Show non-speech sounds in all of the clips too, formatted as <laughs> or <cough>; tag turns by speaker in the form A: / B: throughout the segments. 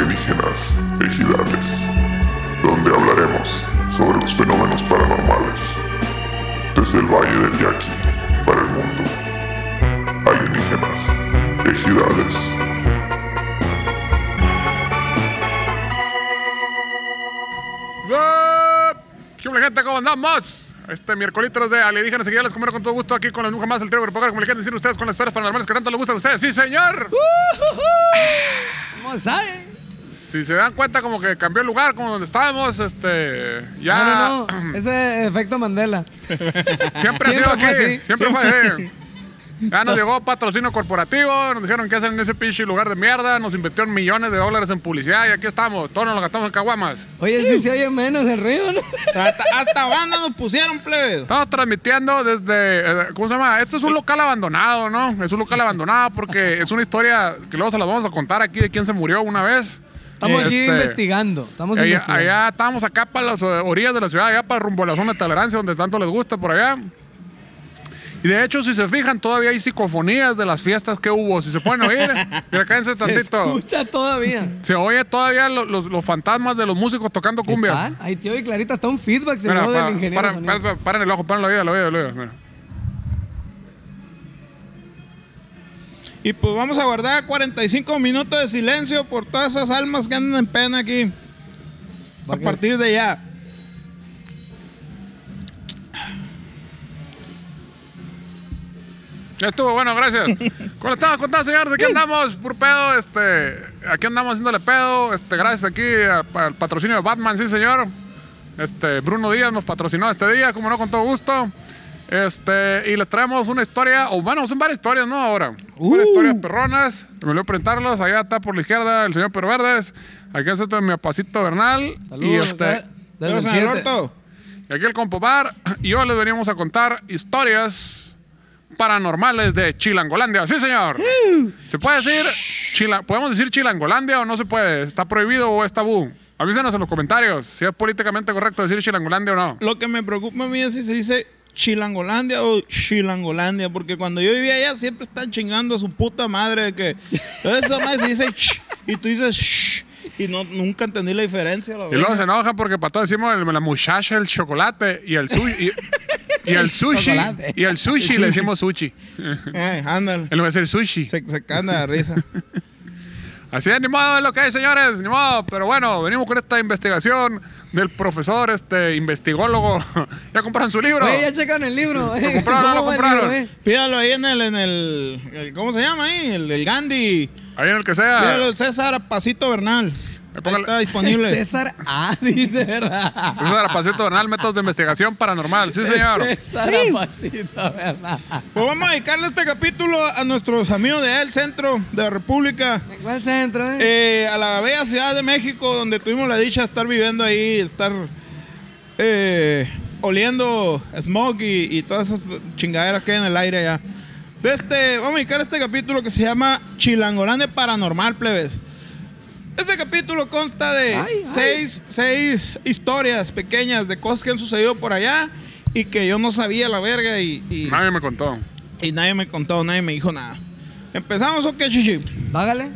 A: Leyendas Ejidales, donde hablaremos sobre los fenómenos paranormales desde el Valle del Yaqui para el mundo. Alienígenas, ejidales.
B: ¡Ah! ¿Qué hola, gente? ¿Cómo andamos? Este miércoles de alienígenas seguidales, como era, con todo gusto aquí con las nunca más del trigo Repogar, como le quieren decir ustedes con las historias paranormales que tanto les gustan a ustedes. ¡Sí, señor!
C: ¿Cómo sabe?
B: Si se dan cuenta, como que cambió el lugar como donde estábamos, este. Ya.
C: No, no,
D: Ah.
C: no. Ese efecto Mandela.
B: <clears throat> Siempre ha sido
C: Siempre
B: aquí.
C: fue así.
B: Siempre fue así. Ya nos llegó patrocinio corporativo, nos dijeron que hacen en ese pinche lugar de mierda, nos invirtieron millones de dólares en publicidad y aquí estamos, todos nos lo gastamos en caguamas.
C: Oye, sí se oye menos el ruido, ¿no?
D: Hasta, hasta banda nos pusieron, plebes.
B: Estamos transmitiendo desde, eh, ¿cómo se llama? Esto es un local abandonado, ¿no? Es un local abandonado porque es una historia que luego se la vamos a contar aquí de quién se murió una vez.
C: Estamos aquí
B: Este,
C: investigando. Estamos
B: Allá,
C: investigando.
B: allá estábamos acá para las eh, orillas de la ciudad, allá para rumbo a la zona de tolerancia, donde tanto les gusta por allá. Y de hecho, si se fijan, todavía hay psicofonías de las fiestas que hubo. Si se pueden oír,
C: <laughs>
B: mira, cállense
C: Se
B: tantito.
C: escucha todavía.
B: Se oye todavía lo- los, los fantasmas de los músicos tocando
C: ¿Qué
B: cumbias.
C: tal? Ah, Ahí tío y Clarita está un
B: Mira,
C: feedback seguro
B: pa-
C: del ingeniero.
B: para-
C: sonido.
B: para- paren el ojo, paren el oído, el oído, el oído. mira.
D: Y pues vamos a guardar 45 minutos de silencio por todas esas almas que andan en pena aquí. A
C: qué?
D: partir de ya.
B: Ya estuvo, bueno, gracias. Como les estaba contando, señores, aquí andamos, por pedo, este, aquí andamos haciéndole pedo, este, gracias aquí a- pa- al patrocinio de Batman, sí, señor. Este, Bruno Díaz nos patrocinó este día, como no, con todo gusto. Este, y les traemos una historia, o bueno, son varias historias, ¿no? Ahora, varias historias perronas, me olvidé presentarlos, allá está por la izquierda el señor Perverdes, aquí el centro de mi apacito Bernal, y
C: Saludos.
B: este...
C: da- dale
D: Pero,
C: un
D: señor
C: siete.
D: Orto,
B: Y aquí el Compobar y yo les veníamos a contar historias paranormales de Chilangolandia. Sí, señor. ¿Se puede decir Chila- podemos decir Chilangolandia o no se puede? ¿Está prohibido o es tabú? Avísenos en los comentarios si es políticamente correcto decir Chilangolandia o no.
D: Lo que me preocupa a mí es si se dice Chilangolandia o Chilangolandia, porque cuando yo vivía allá siempre están chingando a su puta madre de que. Entonces esa madre se dice ch y tú dices sh y no, nunca entendí la diferencia. La
B: Y luego
D: verdad.
B: se enojan porque para todos decimos el- la muchacha, el chocolate y el sushi. Y, y el sushi.
C: Chocolate.
B: Y el sushi le decimos sushi.
D: Eh, ándale.
B: En vez de decir sushi.
D: Se, se cagan de la risa.
B: Así es, ni modo, es lo que hay, señores, ni modo. Pero bueno, venimos con esta investigación del profesor, este investigólogo. <laughs> ¿Ya compraron su libro?
C: Oye, ya checaron el libro. eh.
B: ¿Lo compraron o no lo compraron?
D: Pídalo ahí en el, en el, el- ¿cómo se llama ahí? El, el Gandhi.
B: Ahí en el que sea.
D: Pídalo el César Pasito Bernal. Ahí
B: póngale-
D: está
C: Disponible. <laughs>
D: disponible.
C: César A, dice, ¿verdad?
B: César Apacito Bernal, métodos de investigación paranormal. Sí, señor.
C: César Apacito, ¿verdad?
D: Pues vamos a dedicarle este capítulo a nuestros amigos de El Centro de la República.
C: ¿En cuál centro, eh?
D: Eh, a la bella ciudad de México, donde tuvimos la dicha de estar viviendo ahí, estar eh, oliendo smog y, y todas esas chingaderas que hay en el aire allá. De este, vamos a dedicar este capítulo que se llama Chilangolande Paranormal, plebes. Este capítulo consta de
C: Ay, ay.
D: seis, seis historias pequeñas de cosas que han sucedido por allá y que yo no sabía la verga y, y-
B: Nadie me contó.
D: y nadie me contó, nadie me dijo nada. ¿Empezamos o qué, chichi?
C: Dágale.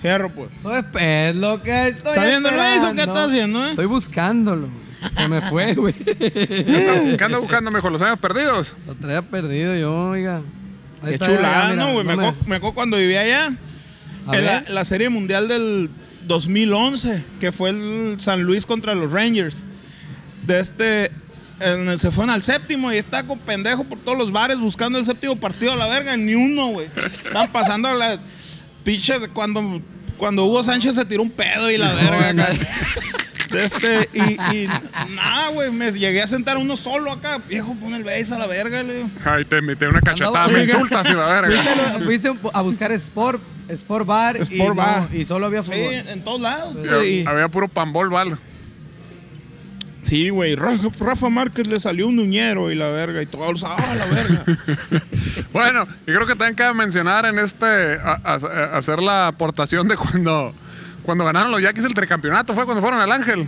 D: Fierro, pues.
C: Todo es- es lo que estoy
D: ¿Está viendo el
C: esperando.
D: Waze o qué está haciendo, eh?
C: Estoy buscándolo. Se me
D: <laughs>
C: fue, güey.
B: ¿Qué anda buscando, mejor? ¿Los años perdidos?
C: Lo traía perdido yo, oiga. Ahí
D: Qué
C: está, ya,
D: chulada,
C: mira,
D: ¿no, güey?
C: no
D: Me
C: me-
D: acuerdo- Me acuerdo cuando vivía allá.
C: A
D: en la,
C: ver.
D: la Serie Mundial del 2011, que fue el San Luis contra los Rangers. De este. en el- se fueron al séptimo y está con pendejo por todos los bares buscando el séptimo partido a la verga. Ni uno, güey. Están pasando a la. Pinche, de cuando, cuando Hugo Sánchez se tiró un pedo y la
C: <laughs>
D: verga.
C: no.
D: acá. De este, y, y nada, güey. Me llegué a sentar uno solo acá. Viejo, pon el base a la verga, le digo.
B: Ay, te metí una cachetada. Me insultas y la
C: Fuiste,
B: verga.
C: a lo- fuiste un po- a buscar Sport, Sport Bar. y,
D: Sport
C: no,
D: Bar.
C: y solo había
D: Sí,
C: fútbol.
D: en todos lados.
B: Y
D: güey.
B: Había puro pambol, bal.
D: Sí, güey, Rafa, Rafa Márquez le salió un uñero y la verga, y todos, ah, la <laughs> verga.
B: Bueno, y creo que también cabe mencionar en este, a- a- a- hacer la aportación de cuando, cuando ganaron los Yaquis el tricampeonato, fue cuando fueron al Ángel.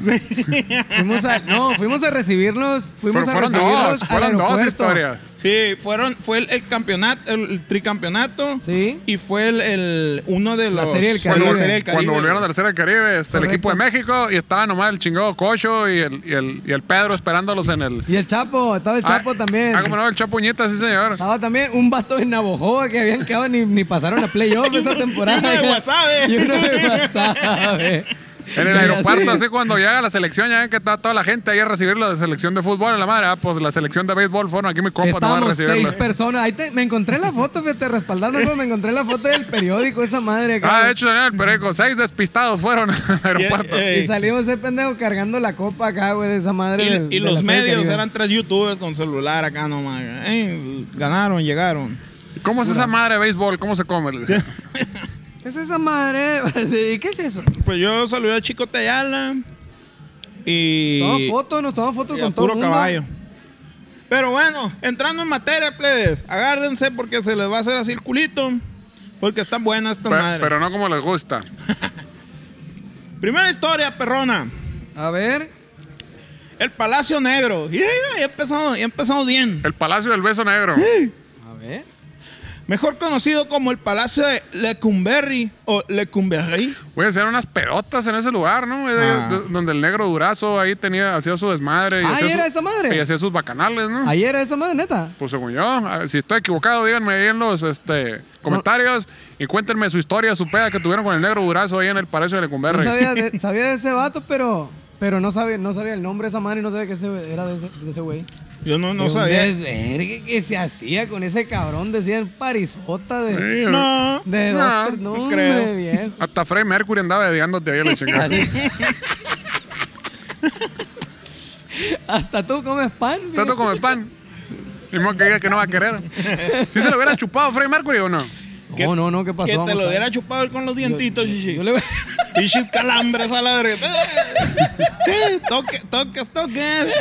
C: Fuimos a, no, fuimos a recibirlos. Fuimos
B: Pero
C: a
B: fueron
C: recibirlos
B: dos,
C: al
B: fueron dos
C: aeropuerto.
B: historias.
D: Sí, fueron, fue el, el campeonato, el, el tricampeonato.
C: Sí.
D: Y fue el, el- uno de
C: La
D: los.
C: Serie del
D: fue la
C: Caribe.
D: Serie del
B: Cuando
D: Caribe.
B: volvieron a la Serie del Caribe, este, el
C: Correcto.
B: equipo de México y estaba nomás el chingado Cocho y el, y el, y el Pedro esperándolos en el.
C: Y el Chapo, estaba el Chapo
B: Ah,
C: también. Ah,
B: Ah, como no, el Chapo Uñeta, sí, señor.
C: Estaba también un vato de Navojoa que habían quedado ni, ni pasaron a playoff esa temporada.
D: <laughs> Y uno de Guasave.
C: <laughs> Y uno de Guasave.
D: <laughs>
B: En el
C: Y
B: aeropuerto,
C: así.
B: así cuando llega la selección, ya ven que está toda la gente ahí a recibirlo de selección de fútbol en la madre. Ah, pues la selección de béisbol fueron aquí mi compa nomás a
C: Estábamos seis
B: recibirlo.
C: personas. Ahí te- me encontré la foto, fíjate, respaldando todo. Me encontré la foto del periódico, esa madre. acá.
B: Ah, de hecho, en el periódico, seis despistados fueron <laughs> al aeropuerto.
D: eh,
C: Y salimos ese pendejo cargando la copa acá, güey, de esa madre.
D: Y,
C: del- de
D: y
C: la
D: los
C: serie
D: medios
C: Caribe.
D: eran tres youtubers con celular acá nomás. Eh, ganaron, llegaron.
B: ¿Cómo es esa madre de béisbol? ¿Cómo se come? Les dije.
C: ¿Qué es esa madre? <laughs> Sí, ¿Qué es eso?
D: Pues yo saludé a Chico Tayala. Y.
C: Tomamos fotos, nos tomamos fotos
D: y
C: con
D: a
C: todo el
D: puro
C: mundo.
D: caballo. Pero bueno, entrando en materia, plebes. Agárrense porque se les va a hacer así el culito. Porque están buenas estas
B: Pe-
D: madres.
B: pero no como les gusta.
D: Primera historia, perrona.
C: A ver.
D: El Palacio Negro. Mira, mira, ya empezamos, ya empezamos bien.
B: El Palacio del Beso Negro.
C: A ver.
D: Mejor conocido como el Palacio de Lecumberri o Lecumberri.
B: Voy a hacer unas pedotas en ese lugar, ¿no? Es de-
D: Ah.
B: de- donde el negro durazo ahí tenía, hacía su desmadre. Y
C: Ah,
B: hacía
C: ¿y era
B: su-
C: esa madre?
B: Y hacía sus bacanales, ¿no?
C: Ayer era esa madre, neta.
B: Pues según yo, a ver, si estoy equivocado, díganme ahí en los este, comentarios y cuéntenme su historia, su peda que tuvieron con el negro durazo ahí en el Palacio de Lecumberri.
C: No sabía
D: <laughs>
C: de, sabía de ese vato, pero, pero no, sabía, no sabía el nombre de esa madre y no sabía que ese, era de ese- de ese güey.
D: Yo no, no
C: De un
D: sabía.
C: desvergue que se hacía con ese cabrón, decían parisota de.
B: Sí,
D: No.
C: De
B: No,
C: <laughs> no, no,
D: no
C: hombre,
D: creo.
C: viejo.
D: <laughs>
B: Hasta Fred Mercury andaba dediándote ahí a la
C: <laughs>
B: chingada.
C: Hasta tú comes pan.
B: Tanto
C: viejo.
B: como el pan. Y modo que diga que no va a querer. ¿Sí se lo hubiera chupado Fred Mercury o no?
C: No, no, no, ¿qué pasó?
D: Que te
C: Vamos a
D: lo
C: ver.
D: hubiera chupado él con los dientitos, chichi.
C: Yo le
D: <laughs>
C: voy-
D: Chichi calambres a la verga. <laughs> toque, toque, toque.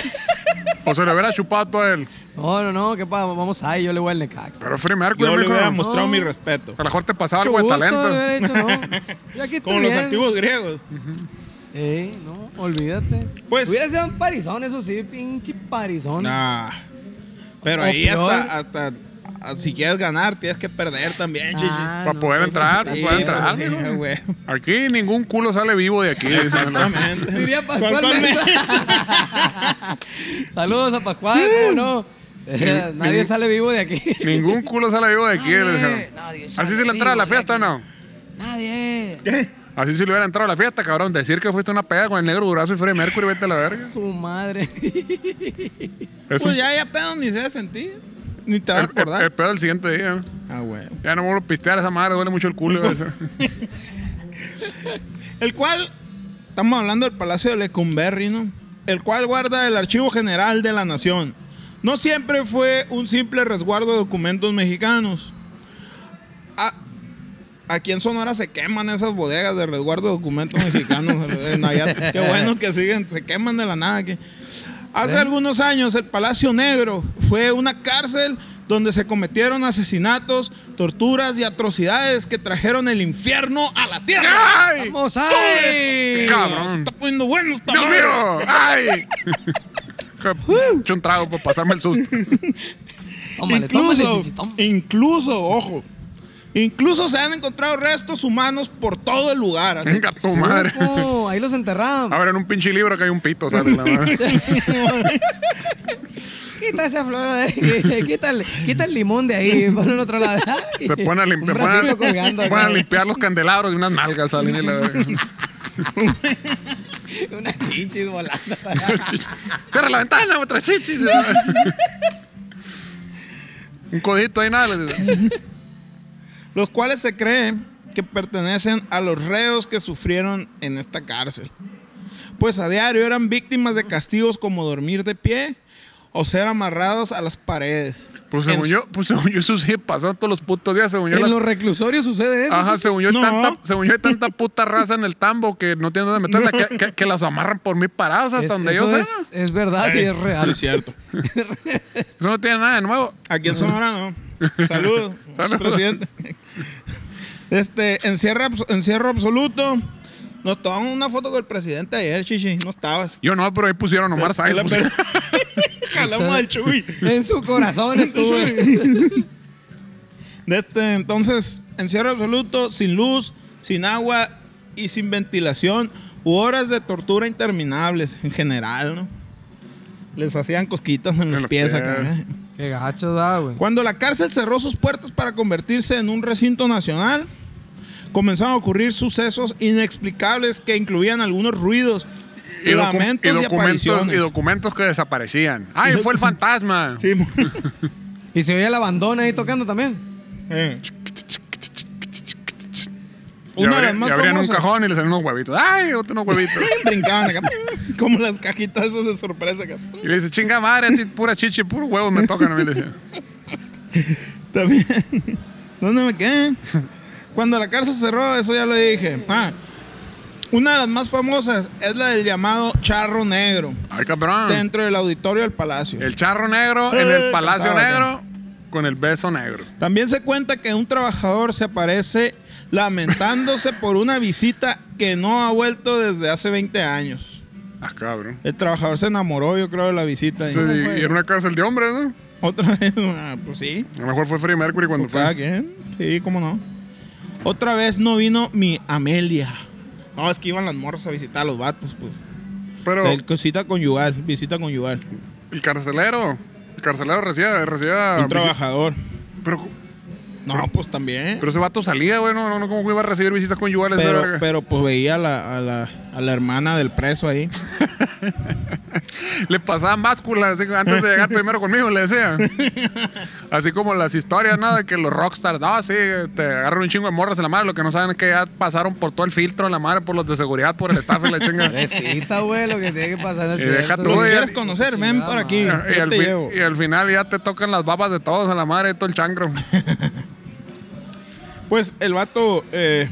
B: O se lo hubiera chupado todo él.
C: No, no, no, ¿qué pasa? Vamos ahí, yo le voy al Necax.
B: Pero Fred Mercury,
D: Yo le
B: mijo,
D: hubiera
B: a
D: mostrado
C: No.
D: mi respeto.
B: lo mejor te pasaba
C: Mucho
B: algo de
C: gusto, eh.
B: talento.
C: le hubiera dicho,
D: <laughs>
C: no. Yo aquí estoy
D: Como los
C: bien.
D: antiguos griegos.
C: Eh, no, olvídate.
D: Pues-
C: Hubiera sido un parizón, eso sí, pinche parizón. Ah,
D: Nah. Pero
C: O
D: ahí
C: peor.
D: hasta, hasta, a- si quieres ganar, tienes que perder también, chichi.
C: Ah,
B: Para
C: no,
B: poder
C: eso
B: entrar,
C: sí
B: para
D: Sí,
B: poder entrar.
D: güey,
B: mijo.
D: <laughs> güey.
B: Aquí ningún culo sale vivo de aquí. dicen, ¿no?
D: Exactamente.
C: Diría Pascual
D: Mesa.
C: <laughs> Saludos a Pascual, ¿cómo no? Eh, Nadie sale vivo de aquí.
B: Ningún culo sale vivo de aquí.
C: Nadie,
B: dicen.
C: nadie sale
B: Así se le entraba a la
C: vivo de
B: fiesta o
C: aquí.
B: no.
C: Nadie.
B: Así si le hubiera entrado a la fiesta, cabrón. Decir que fuiste una peda con el negro durazo y Fred Mercury, vete a la verga. <laughs>
C: Su madre.
B: Es un-
D: Pues ya, ya pedo ni se va a sentir. Ni te vas a
B: el, el-
D: acordar.
B: el pedo del siguiente día. ¿no?
D: ah, güey.
B: Ya no vuelvo a pistear a esa madre, duele mucho el culo. ese.
C: <laughs>
D: El cual, estamos hablando del Palacio de Lecumberri, ¿no? El cual guarda el Archivo General de la Nación. No siempre fue un simple resguardo de documentos mexicanos. A- aquí en Sonora se queman esas bodegas de resguardo de documentos mexicanos. en Nayarit. Qué bueno que siguen, se queman de la nada aquí. Hace algunos años el Palacio Negro fue una cárcel donde se cometieron asesinatos, torturas y atrocidades que trajeron el infierno a la tierra.
B: ¡Ay!
C: ¡Vamos ahí!
B: ¡Cabrón!
D: Se está poniendo bueno esta
B: ¡Dios
D: madre.
B: mío! ¡Ay! Eché un trago para pasarme el susto.
C: Tómale,
D: incluso,
C: tómale,
B: <laughs>
C: chichi, tómale.
D: incluso, ojo, incluso se han encontrado restos humanos por todo el lugar. así.
B: Venga tu madre.
C: Loco, Oh, ahí los
B: A
C: enterramos.
B: ver, en un pinche libro que hay un pito, ¿sabes? La madre.
C: <laughs> Quita esa flor de ahí. <laughs> Quita el, quita el limón de ahí. Pon el otro lado.
B: <laughs>
C: Ay,
B: Se ponen a limpiar.
C: Un
B: Ponen
C: bracito colgando
B: a,
C: acá.
B: ponen a limpiar los candelabros de unas nalgas, salen y la verga.
C: Una chichis
B: <laughs>
C: volando.
B: Cierra la ventana, otra chichis. un codito ahí nada. les digo.
D: los cuales se cree que pertenecen a los reos que sufrieron en esta cárcel. Pues a diario eran víctimas de castigos como dormir de pie o ser amarrados a las paredes.
B: Pues según
D: En-
B: yo, pues según yo, eso sí pasó todos los putos días, según yo.
C: En
B: las-
C: los reclusorios sucede eso.
B: Ajá,
C: chichi.
B: según yo, hay
D: No.
B: tanta, según yo hay tanta puta raza en el tambo que no tienen dónde meterla, que, que, que las amarran por mí parados hasta
C: Es-
B: donde
C: eso
B: yo sé.
C: es, es verdad y es
D: Sí,
C: real.
D: es cierto.
B: Eso no tiene nada de nuevo.
D: Aquí en Sonora <laughs> no. Saludos.
B: Saludos.
D: Presidente. Este, encierro, abs- encierro absoluto. Nos tomamos una foto con el presidente ayer, chichi. No estabas.
B: Yo no, pero ahí pusieron Omar Sainz. pues,
D: La
B: pusieron-
D: per- <laughs> jalamos al Chuy.
C: En su corazón estuve.
B: <laughs>
D: De este, entonces, encierro absoluto, sin luz, sin agua y sin ventilación. Hubo horas de tortura interminables en general, ¿no? Les hacían cosquitas en los
B: los
D: pies
B: pies.
D: acá. ¿eh?
C: Qué gacho da, güey.
D: Cuando la cárcel cerró sus puertas para convertirse en un recinto nacional, comenzaron a ocurrir sucesos inexplicables que incluían algunos ruidos,
B: Y, docu-
D: lamentos
B: y
D: y,
B: documentos,
D: apariciones.
B: y documentos que desaparecían. ¡Ay,
D: <laughs>
B: fue el fantasma!
D: Sí,
B: <laughs>
D: mo- <laughs>
C: Y se oía la bandona ahí tocando también.
D: Eh.
B: Y
D: Una de
B: abrían-
D: las más
B: y abrían un
D: famosas.
B: cajón y le salían unos huevitos. ¡Ay, otro unos huevitos!
D: <laughs> Brincaban acá, <laughs> como las cajitas esas de sorpresa. acá.
B: y le dice, chinga madre, a ti pura chichi, puro huevo me tocan a mí. Le dice.
D: También. <laughs> ¿Dónde me quedé? Cuando la cárcel cerró, eso ya lo dije. Ah, una de las más famosas es la del llamado charro negro,
B: ¡Ay, cabrón!
D: dentro del auditorio del palacio.
B: El charro negro en el
D: Eh,
B: palacio
D: cantaba,
B: negro con el beso negro.
D: También se cuenta que un trabajador se aparece
B: <laughs>
D: lamentándose por una visita que no ha vuelto desde hace 20 años.
B: Ah, cabrón.
D: El trabajador se enamoró, yo creo, de la visita.
B: Sí, y y era una cárcel de hombres, ¿no?
D: Otra vez, <laughs> ah, pues sí.
B: A lo mejor fue Freddie Mercury cuando
D: Pues cada
B: fue.
D: quien. Sí, cómo no. Otra vez no vino mi Amelia. No, es que iban las morras a visitar a los vatos, pues.
B: Pero
D: El- Cosita conyugal, visita conyugal.
B: el carcelero, el carcelero recibía, recibía
D: Un
B: visi-
D: trabajador.
B: Pero,
D: No, pues también.
B: pero ese vato salía, güey, no, no, no, ¿cómo iba a recibir visitas conyugales? esa
D: Pero,
B: verga?
D: pero pues veía a la, a la- a la hermana del preso ahí.
B: Le pasaban básculas así, antes de llegar primero conmigo, le decía. Así como las historias, ¿no? De que los rockstars, no, sí, te agarran un chingo de morras en la madre. Lo que no saben es que ya pasaron por todo el filtro en la madre, por los de seguridad, por el staff y la
D: <laughs>
B: chinga.
C: Besita, güey, lo que tiene que pasar. en el
B: Y deja tú,
C: centro,
D: Los
B: güey.
C: güey.
D: Pues,
C: Pues,
D: quieres conocer, ven por aquí.
B: Y
D: Yo
B: al,
D: te
B: fi-
D: llevo.
B: y al final ya te tocan las babas de todos en la madre, todo el chancro.
D: Pues el vato eh,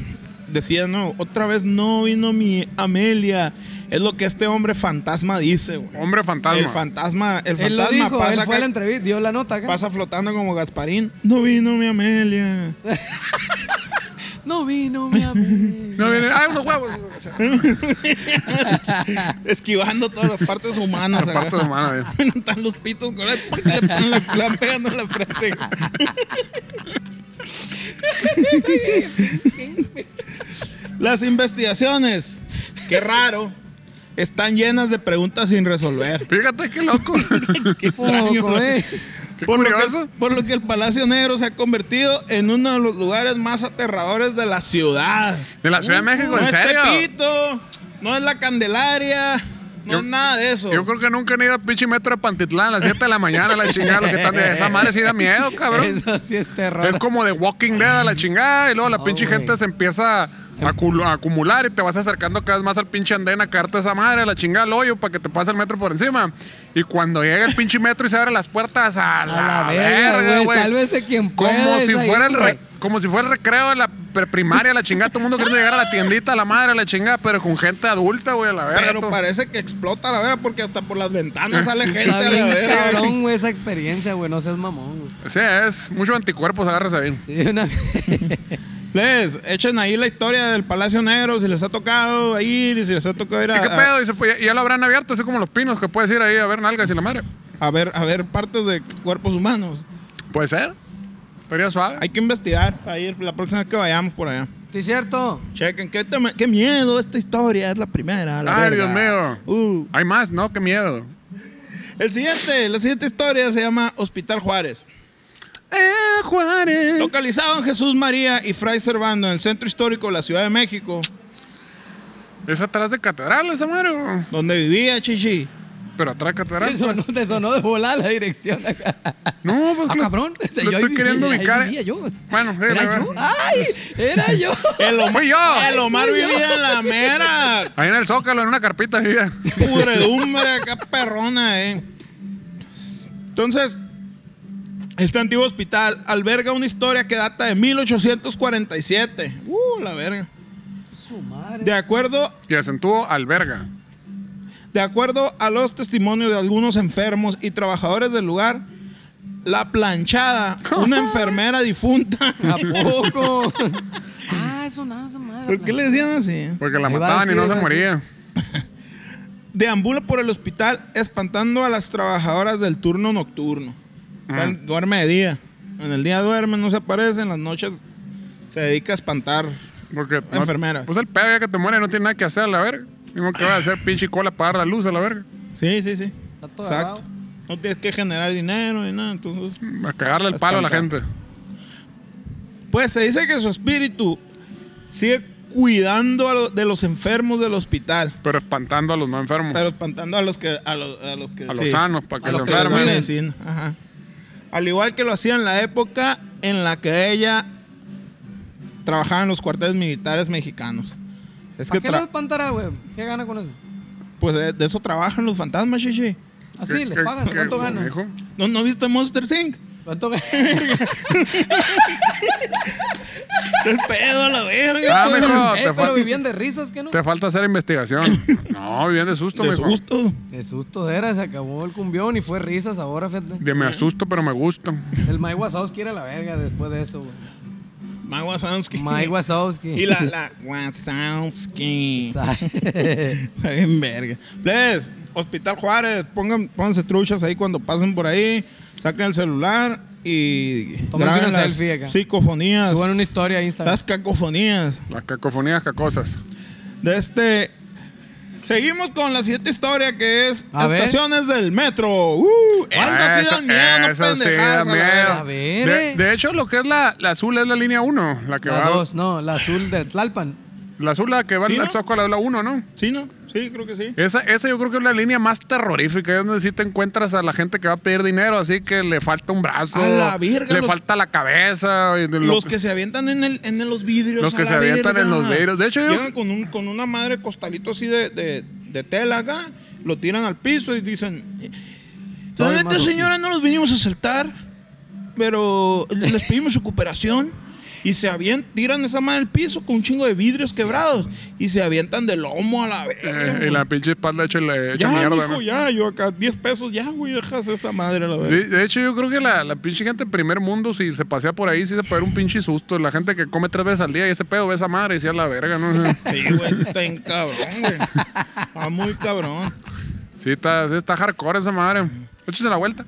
D: decía, no, otra vez no vino mi Amelia. Es lo que este hombre fantasma dice, güey.
B: Hombre fantasma.
D: El fantasma, el
C: Él lo
D: fantasma
C: dijo,
D: pasa
C: él fue a
D: acá-
C: la entrevista, dio la nota acá.
D: Pasa flotando como Gasparín. No vino mi
C: <laughs>
D: Amelia.
C: No vino mi amigo.
B: no viene, ay, unos huevos.
D: Esquivando todas las partes humanas.
B: Las partes
D: acá.
B: humanas,
D: <laughs> Están los pitos con la <laughs> le
C: <laughs>
D: pegan la- le van pegando la frase. Las investigaciones, qué raro, están llenas de preguntas
C: <laughs>
D: sin resolver.
B: Fíjate qué loco.
D: Qué
C: Poco,
D: extraño. <laughs>
C: eh.
B: Qué
D: Por lo,
B: curioso.
D: que, por lo que el Palacio Negro se ha convertido en uno de los lugares más aterradores de la ciudad.
B: De la Ciudad de México,
D: No
B: en
D: es
B: serio.
D: Tepito, no es la Candelaria, no
B: Yo-
D: es nada de eso.
B: Yo creo que nunca han ido a pinche metro de Pantitlán a las 7 de la mañana, la chingada, lo que están de esa madre sí da miedo, cabrón.
C: Eso sí es
B: Es
C: terror.
B: como de Walking Dead a la chingada y luego la pinche
C: güey.
B: gente se empieza a, acul- a acumular y te vas acercando cada vez más al pinche andén a caerte esa madre, a la chingada al hoyo para que te pase el metro por encima. Y cuando llega el pinche metro y se abren las puertas a, la, verga, güey.
C: Sálvese quien pueda.
B: Como si
C: esa
B: fuera el
C: hija.
B: re- como si fuera el recreo de la pre- primaria, la chingada, todo el mundo queriendo llegar a la tiendita, a la madre, a la chingada, pero con gente adulta, güey, a la verga.
D: Pero
B: todo.
D: parece que explota la vera porque hasta por las
B: Ah,
D: ventanas sale gente
C: Está
D: a la
C: bien
D: vera.
C: cabrón, güey, esa experiencia, güey. No seas mamón, güey.
B: Sí, es mucho anticuerpos, agárrese bien.
C: Sí, una...
B: <laughs>
D: Les echen ahí la historia del Palacio Negro, si les ha tocado ir y si les ha tocado ir a,
B: ¿Y qué
D: a-
B: pedo? Dice, pues ya, ya lo habrán abierto, así como los pinos que puedes ir ahí a ver nalgas y la madre.
D: a ver a ver partes de cuerpos humanos.
B: Puede ser. Estaría suave.
D: Hay que investigar ahí la próxima vez que vayamos por allá.
C: Sí, cierto.
D: Chequen, qué, teme- qué miedo esta historia, es la primera. la
B: Ay,
D: verga.
B: Dios mío.
D: Uh.
B: Hay más, ¿no? Qué miedo.
D: El siguiente, la siguiente historia se llama Hospital Juárez.
B: Eh, Juárez.
D: Localizado en Jesús María y Fray Servando, en el centro histórico de la Ciudad de México,
B: Es atrás de catedral esa madre. o?
D: donde vivía Chichi.
B: Pero atrás de
C: Te
B: catedral.
C: sonó, te sonó de volar la dirección acá.
B: No, pues
C: Ah,
B: lo-
C: cabrón.
B: Lo
C: Yo
B: estoy
C: ahí-
B: queriendo
C: ahí
B: ubicar. eh.
C: vivía yo.
B: Bueno, sí, la
C: ¿Era
B: verdad.
C: yo? ¡Ay!
B: <laughs>
C: ¡Era yo!
D: El Omar,
B: Fui yo.
D: el Omar
C: Soy yo.
D: vivía en la mera
B: Ahí en el zócalo, en una carpita. vivía.
D: pudredumbre, acá perrona, eh. Entonces, este antiguo hospital alberga una historia que data de 1847. Uh, la verga.
C: Su madre.
D: De acuerdo
B: Y acentúo alberga.
D: De acuerdo a los testimonios de algunos enfermos y trabajadores del lugar, la planchada, una enfermera difunta.
C: ¿A poco? ah, eso nada, esa madre.
D: ¿Por qué le decían así?
B: Porque la
C: Ahí va,
B: mataban
C: sí,
B: y no
C: ahí
B: se
C: va, sí.
B: moría.
D: deambula por el hospital espantando a las trabajadoras del turno nocturno. O sea,
B: Ajá.
D: él duerme de día. En el día duerme, no se aparece, en las noches se dedica a espantar.
B: Porque no-
D: Enfermera.
B: Pues el pedo ya que te muere no tiene nada que hacer, a la verga. Mismo que va a hacer pinche cola para dar la luz, a la verga.
D: Sí, sí, sí.
C: Está todo agarrado.
D: No tienes que generar dinero ni nada. Entonces,
B: A cagarle el palo a la gente.
D: Espantar. Pues se dice que su espíritu sigue cuidando a lo- de los enfermos del hospital,
B: Pero espantando a los no enfermos.
D: pero espantando a los que a los, a los que
B: a los
D: sí.
B: sanos, para que
D: A
B: se
D: los les dan
B: enfermen.
D: medicina, ajá. Al igual que lo hacía en la época en la que ella trabajaba en los cuarteles militares mexicanos. Es que
C: ¿Para qué
D: tra-
C: les espantará, güey? ¿Qué gana con eso?
D: pues de, de eso trabajan los fantasmas, chichi.
C: Así, les
B: ¿Qué-
C: pagan.
B: qué-
C: ¿Cuánto
B: qué-
C: ganan?
B: hijo?
D: ¿No, ¿No viste Monster Inc?
B: <laughs>
C: ¿Cuánto ganan?
D: El pedo a la verga.
B: Ah, mijo,
C: <laughs> Eh,
B: te,
C: pero
B: fal-
C: vivían de risas, ¿qué no?
B: te falta hacer
C: <coughs>
B: investigación. No, bien de susto,
D: De
B: mijo.
D: susto.
C: Qué susto era, se acabó el cumbión y fue risas ahora, fíjate.
B: De me asusto, pero me gusto.
C: El Mike Wazowski era la verga después de eso, güey.
D: Mike Wazowski.
C: Mike Wazowski. <laughs>
D: Y la, la Wazowski.
C: Sa-
D: <laughs> Está bien verga. Plebes, Hospital Juárez, pongan, pónganse truchas ahí cuando pasen por ahí, saquen el celular y
C: Tómense
D: graben
C: una
D: las
C: selfie acá.
D: Psicofonías,
C: Suban una historia a Instagram.
D: las cacofonías
B: Las cacofonías cacosas.
D: de este. Seguimos con la siguiente historia que es
C: A ver.
D: estaciones del metro. Uh, esa sí
B: Eso-
D: da miedo, no
B: eso sí da
D: pendejadas, a la verga.
C: A
B: miedo.
C: ver,
B: De,
C: eh.
B: de hecho, lo que es la, la azul es la línea 1. La que
C: La
B: va.
C: dos, no, la azul de Tlalpan.
B: La azul la que va
D: ¿Sí,
B: al
D: no?
B: Zócalo es la 1, ¿no?
D: Sí, ¿no? Sí, creo que sí.
B: Esa, esa yo creo que es la línea más terrorífica, es donde sí te encuentras a la gente que va a pedir dinero, así que le falta un brazo,
D: A la verga,
B: le
D: los-
B: falta la cabeza, y de lo-
D: Los que se avientan en, el, en los vidrios.
B: Los
D: a
B: que
D: la
B: se avientan en
D: verga.
B: los vidrios. De hecho, yo-
D: llegan con, un, con una madre costalito así de, de, de tela acá, lo tiran al piso y dicen:
C: Soy
D: Realmente,
C: masoquista".
D: señora, no los vinimos a asaltar, pero les pedimos su cooperación. Y se avientan, tiran esa madre al piso con un chingo de vidrios quebrados y se avientan de lomo a la verga.
B: <laughs> eh, y la pinche espalda hecha, le- hecha
D: ya,
B: mierda.
D: mijo,
B: ¿no?
D: ya, yo acá 10 pesos, ya, güey, dejas esa madre a la verga.
B: De, de hecho, yo creo que la, la pinche gente del primer mundo, si se pasea por ahí, sí se puede dar un pinche susto. La gente que come tres veces al día y ese pedo ve esa madre y sí a la verga, ¿no?
D: Sí, güey, sí está bien cabrón, güey. Está muy cabrón.
B: Sí, está, sí está hardcore esa madre. Échese la vuelta.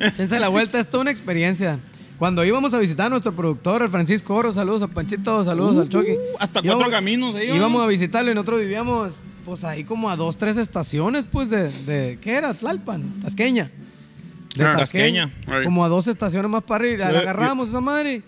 C: Échense la vuelta, es toda una experiencia. Cuando íbamos a visitar a nuestro productor, el Francisco Oro, saludos a Panchito, saludos al Chucky.
D: Uh, hasta cuatro caminos se iban.
C: Íbamos a visitarlo y nosotros vivíamos, pues ahí como a dos, tres estaciones, pues de, de ¿qué era? Tlalpan, Tasqueña. De
B: Ah,
D: Tasqueña.
B: Ahí.
C: Como a dos estaciones más para arriba, la
D: Yo-
C: agarramos esa madre.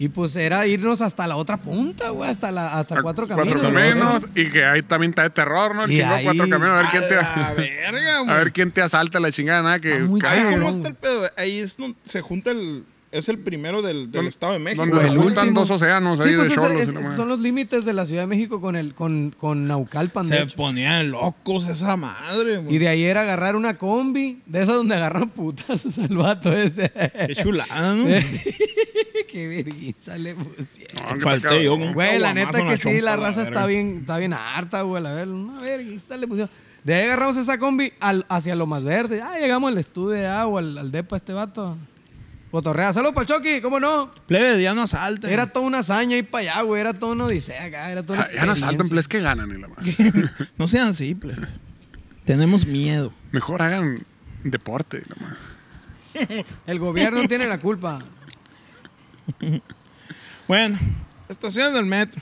C: Y pues era irnos hasta la otra punta, güey, hasta, la, hasta
B: A
C: cuatro caminos.
B: Cuatro caminos. Y que ahí también está de terror, ¿no? El
C: Y
B: chingo
C: ahí-
B: cuatro caminos. A ver quién te.
D: A la verga, güey.
B: A ver quién te asalta la chingada, nada que
C: Está muy
B: cae.
D: Ahí,
C: Ay,
D: ¿cómo
C: no.
D: está el pedo? Ahí es donde se junta el. Es el primero del, del
B: ¿Dónde-
D: Estado de México.
B: dónde
D: güey.
B: Pues, se
C: El
B: juntan
C: último.
B: dos océanos
C: Sí,
B: ahí
C: pues
B: de
C: ese-
B: cholos y
C: es-
B: la madre.
C: son los límites de la Ciudad de México con el con, con Naucalpan. de
D: Se
C: hecho.
D: ponían locos esa madre, güey.
C: Y de ahí era agarrar una combi, de esas donde agarran putas al vato ese.
D: Qué
C: <laughs>
D: chulada, ¿no?
C: Qué vergüenza le pusieron.
B: No, que te
D: Falté
B: cago.
D: yo con un
C: Güey, la
D: caguamazo
C: neta
D: en
C: que sí,
D: chompa,
C: la raza
D: verga.
C: está bien, está bien harta, güey. La ver, una vergüenza le pusieron. De ahí agarramos esa combi al- hacia lo más verde. Ah, llegamos al estudio de agua, al, al depa este vato. Cotorrea, saludos para Chucky, ¿cómo no?
D: Plebe, ya no asalten.
C: Era toda una hazaña ir para allá, güey. Era todo una odisea acá, era toda una
B: Ja, Ya no saltan,
C: experiencia.
B: please, que ganan y la madre.
D: No sean así, plebes. Tenemos miedo.
B: Mejor hagan deporte y la madre.
C: El gobierno tiene la culpa.
D: Bueno, estaciones del metro.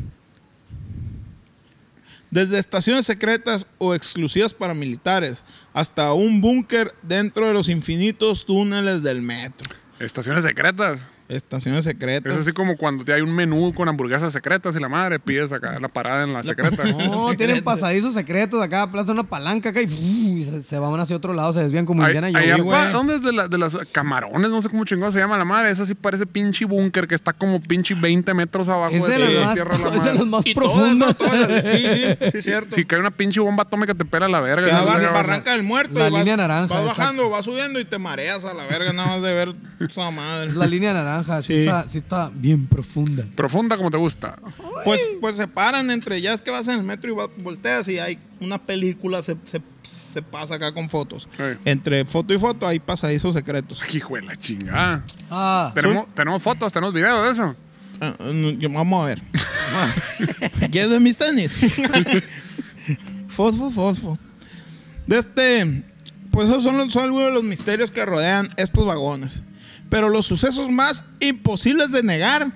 D: Desde estaciones secretas o exclusivas para militares hasta un búnker dentro de los infinitos túneles del metro.
B: Estaciones secretas.
D: Estaciones secretas.
B: Es así como cuando te hay un menú con hamburguesas secretas y la madre pides acá la parada en la secreta. <laughs>
C: No, tienen pasadizos secretos acá, aplasta una palanca acá y, ¡fuu! y se, se van hacia otro lado, se desvían como
B: Ahí-
C: Indiana
B: ahí
C: Jones,
B: apa-
C: güey.
B: ¿Dónde es de, la- de las camarones? No sé cómo chingón se llama la madre. Esa sí parece pinche búnker que está como pinche 20 metros abajo
C: Es de
B: la
C: las más,
B: tierra la
C: <laughs> es de
B: madre.
C: las más
D: Y todas,
C: profundas.
D: ¿no? Todas, sí, sí, sí, cierto.
B: Si cae una pinche bomba atómica te pela la verga.
D: Que
B: no sé
D: va-
B: qué va a
D: barranca
B: pasar.
D: del muerto.
C: La
D: y vas,
C: línea naranja,
D: Vas bajando, vas subiendo y te mareas a la verga nada más de ver esa
C: <laughs>
D: madre.
C: Es <laughs> la línea naranja, sí,
D: Sí.
C: Está, sí está bien profunda.
B: Profunda como te gusta.
D: Pues, pues se paran entre ya es que vas en el metro y va- volteas y hay una película, se, se, se pasa acá con fotos.
B: Sí.
D: Entre foto y foto hay pasadizos secretos.
B: Hijo de la chingada.
C: Ah,
B: Tenemos, tenemos fotos, tenemos videos de eso.
D: Ah, ah, no, yo- vamos a ver. ¿Quieres ver mis tenis? fosfo, fosfo. De este, pues esos son, los- son algunos de los misterios que rodean estos vagones. Pero los sucesos más imposibles de negar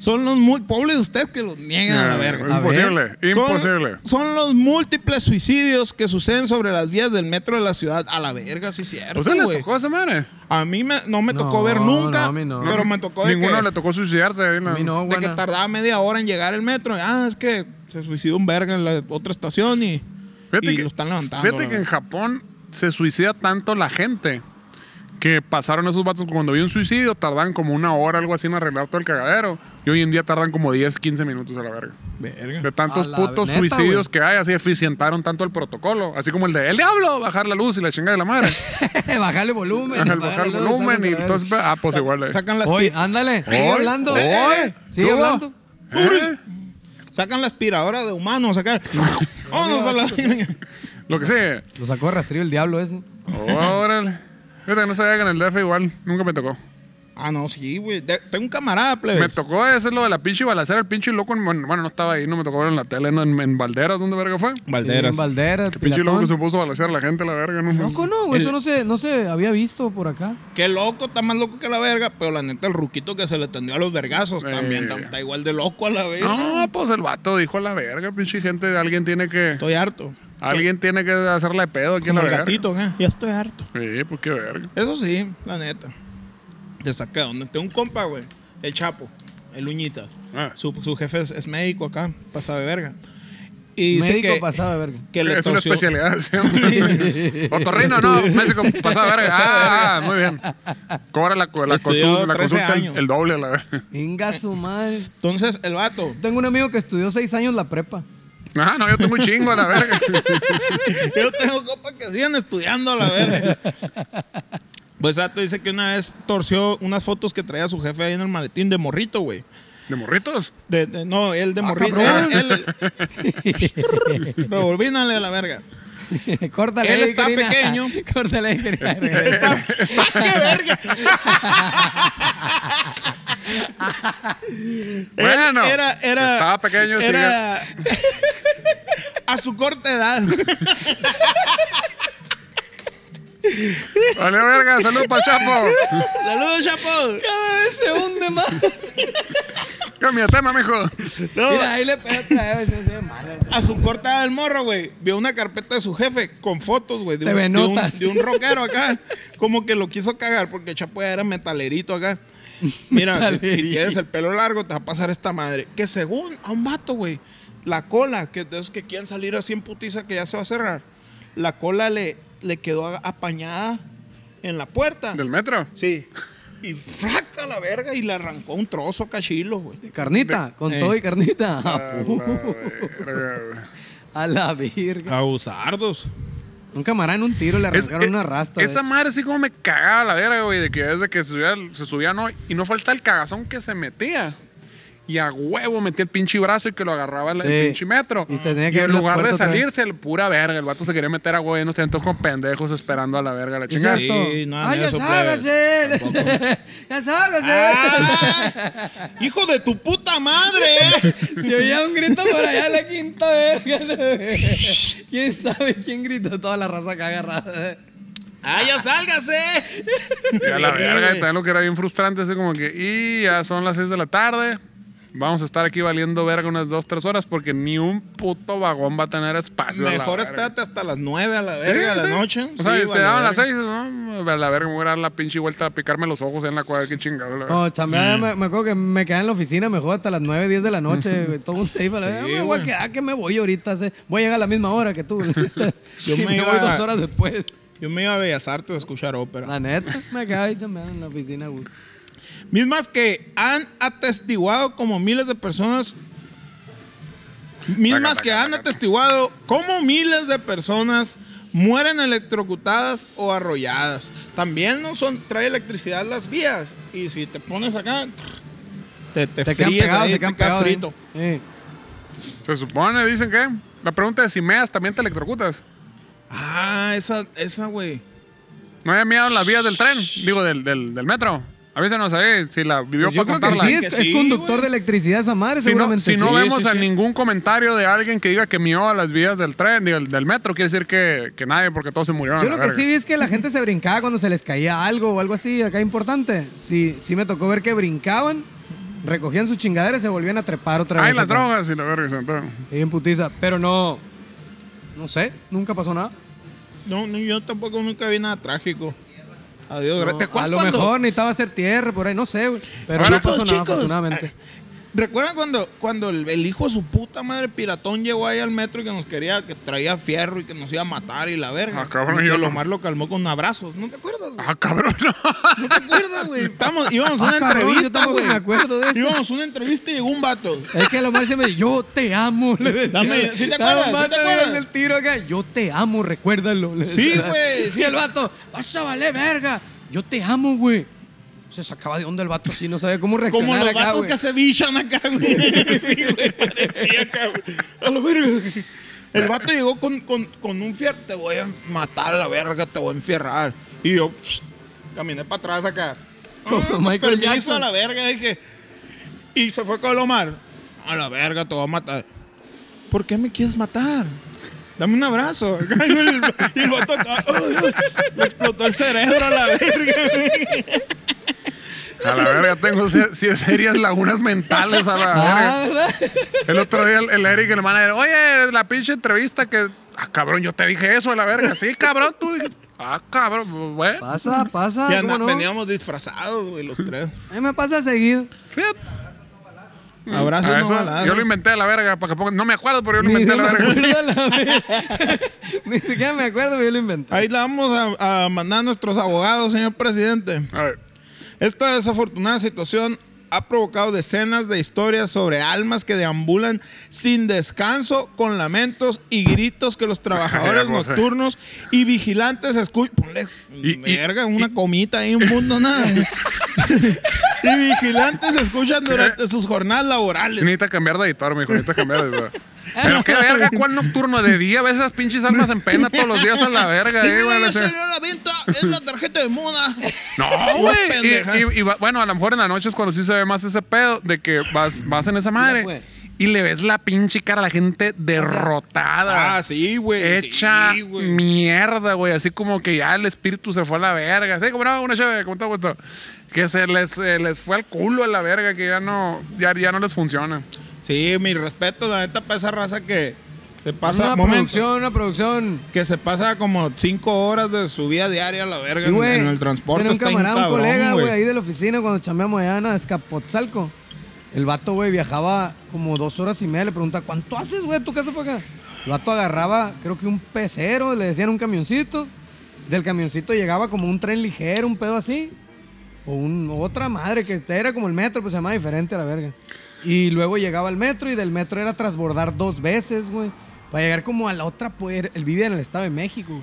D: son los muy pobres de ustedes que los niegan
B: Ah,
D: a la verga.
B: Eh, Imposible,
C: <laughs>
D: Son-
B: imposible.
D: Son, los múltiples suicidios que suceden sobre las vías del metro de la ciudad. A la verga, sí, es cierto.
B: ¿Pues les
D: güey.
B: tocó esa madre?
D: A mí me- no me tocó
C: No,
D: ver nunca,
C: no, a mí no.
D: pero me tocó de
B: Ninguno
D: que,
B: le tocó suicidarse. ahí,
C: A mí no,
D: de que
C: buena.
D: tardaba media hora en llegar el metro. Ah, es que se suicidó un verga en la otra estación y,
B: Fíjate
D: y
B: que-
D: lo están levantando.
B: Fíjate
D: la
B: que en
D: verga.
B: Japón se suicida tanto la gente que pasaron esos vatos que cuando vi un suicidio tardan como una hora, algo así, en arreglar todo el cagadero. Y hoy en día tardan como 10, 15 minutos a la verga.
D: Verga.
B: De tantos
C: A la
B: putos
C: neta,
B: suicidios
C: güey.
B: que hay, así eficientaron tanto el protocolo. Así como el de El Diablo, bajar la luz y la chinga de la madre.
C: <laughs> Bajarle volumen.
B: Bajar el
C: apagar la luz,
B: volumen
C: sáquense
B: y
C: la
B: entonces,
C: verga.
B: ah, pues igual. eh.
D: Sacan las,
C: Oye,
D: pi-
C: ándale. Sigue
B: Hoy,
C: hablando.
B: hoy.
C: Sigue
B: ¿Qué hubo?
C: hablando.
B: ¿Eh?
D: sacan la aspiradora de
C: <laughs>
D: humanos. Sacan... Vámonos a la <laughs> verga.
B: Lo que sí.
C: Lo sacó de rastrillo el diablo ese.
B: Órale. Fíjate que no sabía que en el DF igual nunca me tocó.
D: Ah, no, sí, güey. De- Tengo un camarada, plebes.
B: Me tocó hacer lo de la pinche balacera, el pinche loco. en- bueno, no estaba ahí, no me tocó ver en la tele, no, en, en Valderas, ¿dónde verga fue?
D: Valderas.
C: Sí, Valderas.
B: Que pinche loco que se
C: Pilatón.
B: puso a balacear a la gente, la verga, no
C: Loco, no, güey, Eso no se, no se había visto por acá.
D: Qué loco, está más loco que la verga, pero la neta el ruquito que se le tendió a los vergazos también,
B: Eh.
D: tam- está igual de loco a la verga.
B: No, pues el vato dijo a la verga, pinche gente, alguien tiene que,
D: Estoy harto.
B: alguien tiene que hacerle pedo aquí a
D: Como
B: la
D: el
B: verga.
D: gatito, ¿eh? Ya estoy harto.
B: Sí, pues qué verga.
D: Eso sí, la neta. Te saca de onda. Tengo un compa, güey. El Chapo. El Uñitas.
B: Ah.
D: Su, su jefe es, es médico acá, pasado de verga. Y dice
C: Médico
D: que,
C: pasado de verga.
D: que le
B: es una
D: torció-
B: especialidad. ¿sí?
D: <laughs>
B: Otorrino, no, México, pasa verga. Ah, ah, muy bien. Cobra la, co- la
D: Estudió
B: consulta, la
D: 13
B: consulta el,
D: Este, años.
B: el doble, la verga.
C: Inga su madre.
D: Entonces, el vato.
C: Tengo un amigo que estudió seis años la prepa.
B: Ah, no, yo tengo un chingo, la verga. <laughs>
D: <laughs> Yo tengo copas que siguen estudiando a la verga. Pues Sato dice que una vez torció unas fotos que traía su jefe ahí en el maletín de morrito, güey.
B: ¿De morritos?
D: De- de- no, él de morrito.
C: Ah,
D: Ah,
C: cabrón.
D: Él, él- <laughs> Rebobínale a la verga.
C: <laughs> Córtale.
D: Él
C: ahí,
D: está
C: Karina.
D: pequeño.
C: <laughs> Córtale. ahí, Karina. Ah,
D: Él
B: Bueno,
D: era, era,
B: estaba pequeño, sí,
D: era <laughs> a su corta edad. <laughs>
B: Vale, verga, salud para Chapo.
D: Saludos, Chapo.
C: Cada vez se hunde más.
D: <laughs>
B: Cambia de tema, mijo.
D: No,
C: Mira, ahí le pega otra vez. se ve mal eso.
D: a su corta edad el morro, güey, vio una carpeta de su jefe con fotos, güey, de,
C: Te
D: un-
C: ve
D: de un,
C: notas.
D: de un rockero acá. Como que lo quiso cagar porque Chapo era metalerito acá. Mira, si- si
C: Metalerito.
D: tienes el pelo largo te va a pasar esta madre. Que según a un vato, güey, la cola, que de esos que quieren salir así en putiza que ya se va a cerrar, la cola le, le quedó a- apañada en la puerta.
B: ¿Del metro?
D: Sí. Y fraca la verga y le arrancó un trozo cachilo, güey.
C: Carnita, con
D: Eh. Ah.
C: todo y carnita.
B: A la verga.
C: <laughs> A la virga.
D: Abusardos.
C: Un camarada en un tiro le
B: Es-
D: e
C: arrancaron
B: es-
C: una ¿eh? rasta.
B: Esa
C: de-
B: madre sí como me cagaba la verga, güey, de que desde que se subía, se subía, no, y no falta el cagazón que se metía. Y a huevo metía el pinche brazo y que lo agarraba el- el
C: Sí.
B: pinche metro.
C: Y se tenía que
B: en
C: abrir la
B: lugar de
C: puerta otra vez.
B: salirse, el pura verga. El vato se quería meter a huevo y nos tenían todos con pendejos esperando a la verga la chingada.
D: Sí, no, no,
C: Ay, ya
D: eso,
C: sálgase. <laughs> ya sálgase.
D: ¡Ah! ¡Hijo de tu puta madre!
C: <laughs> Se oía un grito por allá en la quinta verga. ¿no? <laughs> ¿Quién sabe quién gritó? Toda la raza acá agarrada. ¿eh?
D: ¡Ah, ya sálgase!
B: Y a la
D: Sí,
B: verga, y
D: güey.
B: también lo que era bien frustrante, así como que, y ya son las 6 de la tarde, vamos a estar aquí valiendo verga unas 2, 3 horas porque ni un puto vagón va a tener espacio. a la
D: Mejor
B: verga.
D: espérate hasta las 9 a la
B: Sí,
D: verga de
B: sí.
D: la noche.
B: O sea,
D: Sí,
B: se
D: vale,
B: daban las
D: verga.
B: 6, ¿no? A la verga, me voy a dar la pinche vuelta a picarme los ojos en la cuadra, qué chingado. la verga.
C: No, chambear,
D: Mm.
C: me, me acuerdo que me quedaba en la oficina mejor hasta las 9, 10 de la
D: <laughs>
C: noche. güey, Todo un safe. a la verga.
D: Sí,
C: "Ah, me voy
D: güey.
C: a quedar que me voy ahorita. sé. Voy a llegar a la misma hora que tú. <laughs>
D: Yo
C: Yo
D: me
C: me,
D: iba-
C: voy dos horas después.
D: Yo me iba a Bellas Artes a escuchar ópera.
C: La neta, me quedaba ahí chambeando en la oficina. güey.
D: Mismas que han atestiguado como miles de personas. Mismas
B: Taca,
D: que
B: taca,
D: han
B: taca.
D: atestiguado como miles de personas mueren electrocutadas o arrolladas. También no son, trae electricidad las vías. Y si te pones acá, te, te,
C: Se quedan
D: fríes
C: pegados,
D: ahí,
C: se
D: te
C: quedan
D: quedas
C: pegados. ahí.
D: frito.
C: Sí.
D: Ah.
B: Se supone, dicen que. La pregunta es si meas también te electrocutas.
D: Ah, esa, esa, güey.
B: ¿No había miedo en las vías del tren? Digo, del, del, del metro. Avísenos ahí si la vivió
C: Yo
B: para
C: creo que
B: contarla.
C: sí, es,
D: Pues Que
C: es
D: sí,
C: conductor
D: güey.
C: de electricidad esa <laughs> madre,
B: Si no,
C: seguramente
B: si no
C: sí.
D: ve-
B: vemos
D: sí,
B: a
D: sí.
B: ningún comentario de alguien que diga que mió a las vías del tren, del, del metro, quiere decir que, que nadie, porque todos se murieron.
C: Yo
B: a la
C: lo que
B: verga.
C: sí vi es que la gente se brincaba cuando se les caía algo o algo así acá importante. Sí, sí me tocó ver que brincaban, recogían sus chingaderas y se volvían a trepar otra
B: Ay,
C: vez.
B: las
C: acá.
B: drogas y la verga. se entonces.
C: Y en putiza. Pero no, no sé, nunca pasó nada.
D: No, no, yo tampoco nunca vi nada trágico. Adiós, gracias. ¿Te
C: a
D: acuerdas
C: lo
D: este cuando-
C: mejor necesitaba hacer tierra por ahí, no sé, güey. Pero
B: Bueno,
C: no pasó
D: Chicos,
C: nada,
D: chicos,
C: afortunadamente.
D: ah, ¿Recuerdan cuando, cuando el, el hijo de su puta madre piratón llegó ahí al metro y que nos quería, que traía fierro y que nos iba a matar y la verga?
B: Ah, cabrón,
D: y
B: yo
D: el
B: no.
D: Omar lo calmó con abrazos. ¿No te acuerdas? güey?
B: Ah, cabrón, no.
D: ¿No te
C: <laughs>
D: acuerdas, güey? Estamos, íbamos a
C: Ah,
D: una
C: cabrón, yo
D: entrevista,
C: tampoco
D: güey.
C: me acuerdo de eso.
D: Íbamos a una entrevista y llegó un vato.
C: Es que Lomar siempre dice, yo te amo. Le decía,
D: Dame- ¿sí te
C: Estaba
D: acuerdas? ¿Sí te
C: Lomar dándole
D: acuerdas?
C: el tiro acá. Yo te amo, recuérdalo. Le
D: Sí,
C: decía. <laughs>
D: güey, sí.
C: Y el vato, vas a valer verga. Yo te amo, güey. Se sacaba de onda el vato así, no sabía cómo reaccionar
D: Como los
C: acá,
D: vatos
C: güey.
D: que se bichan acá, güey. <laughs> Sí, güey, parecía acá, güey. A la verga. El vato llegó con, con, con un fierro. Te voy a matar a la verga, te voy a enfierrar. Y yo psh, caminé para atrás acá.
C: Como
D: Ah, <laughs>
C: Michael
D: permiso,
C: Jackson.
D: a la verga, dije. Y se fue con el Omar. A la verga, te voy a matar. ¿Por qué me quieres matar? Dame un abrazo. <laughs> Acá, Y el, y el vato acá, ay, ay, le explotó el cerebro a la verga.
B: A la verga, tengo se- se- serias lagunas mentales a la
C: Ah,
B: verga.
C: ¿verdad?
D: <laughs>
B: El otro día el, el Eric, el manager, oye, la pinche entrevista que. Ah, cabrón, yo te dije eso a la verga. Sí, cabrón, tú dijiste. Ah, cabrón, güey.
C: Pasa, pasa.
D: Y
C: Ah, ¿cómo no?
D: anda- veníamos disfrazados, güey, los tres.
C: A mí me pasa seguido.
B: Fíjate.
D: Abrazos
B: Mm.
C: Ah,
B: A
D: no
B: eso,
D: balazos.
B: yo lo inventé a la verga, para que pongan- No me acuerdo, pero yo
C: <laughs>
B: lo
C: Ni,
B: inventé a
C: no
B: la
C: me
B: verga.
C: acuerdo la vez. <laughs> Ni siquiera me acuerdo, pero yo lo inventé.
D: Ahí la vamos a, a mandar a nuestros abogados, señor presidente.
B: A ver.
D: Esta desafortunada situación ha provocado decenas de historias sobre almas que deambulan sin descanso, con lamentos y gritos que los
B: <laughs>
D: trabajadores
B: Ya, José.
D: nocturnos y vigilantes escuchan. Ponle
B: Y- y-
D: verga, una comita ahí, un mundo
B: <laughs>
D: nada. <laughs> y vigilantes escuchan durante sus jornadas laborales.
B: Necesita cambiar de editor, mijo. Necesita cambiar de
D: <laughs>
B: editor. Pero qué verga, ¿cuál nocturno? De día ves esas pinches almas en pena todos los días a la verga, eh, güey.
D: Mira,
B: la chingada.
D: salió a la venta, es la tarjeta de moda.
B: No, güey.
D: Una pendeja.
B: Y, y- y va- bueno, a lo mejor en la noche es cuando sí se ve más ese pedo de que vas, vas en esa madre
C: Ya,
D: pues.
C: güey.
B: y le ves la pinche cara a la gente derrotada.
D: Ah, sí, güey.
B: Hecha
D: sí, güey.
B: mierda, güey. Así como que ya el espíritu se fue a la verga. Así como no, una chévere, como todo gusto. Que se les, se les fue al culo a la verga, que ya no, ya, ya no les funciona.
D: Sí, mi respeto, la neta, para esa raza que se pasa.
C: Una
D: momento,
C: producción, una producción.
D: Que se pasa como cinco horas de su vida diaria a la verga
C: Sí,
D: en,
C: güey.
D: en el transporte.
C: Tenía un
D: está bien
C: camarada, un
D: cabrón,
C: colega,
D: güey.
C: güey, ahí de la oficina cuando chambeamos allá en Azcapotzalco. El vato, güey, viajaba como dos horas y media. Le preguntaba, ¿cuánto haces, güey, de tu casa para acá? El vato agarraba, creo que un pecero, le decían un camioncito. Del camioncito llegaba como un tren ligero, un pedo así. O un, otra madre, que era como el metro, pues se llamaba diferente a la verga. Y luego llegaba al metro y del metro era transbordar dos veces, güey. Para llegar como a la otra, pues, él vivía en el Estado de México, güey.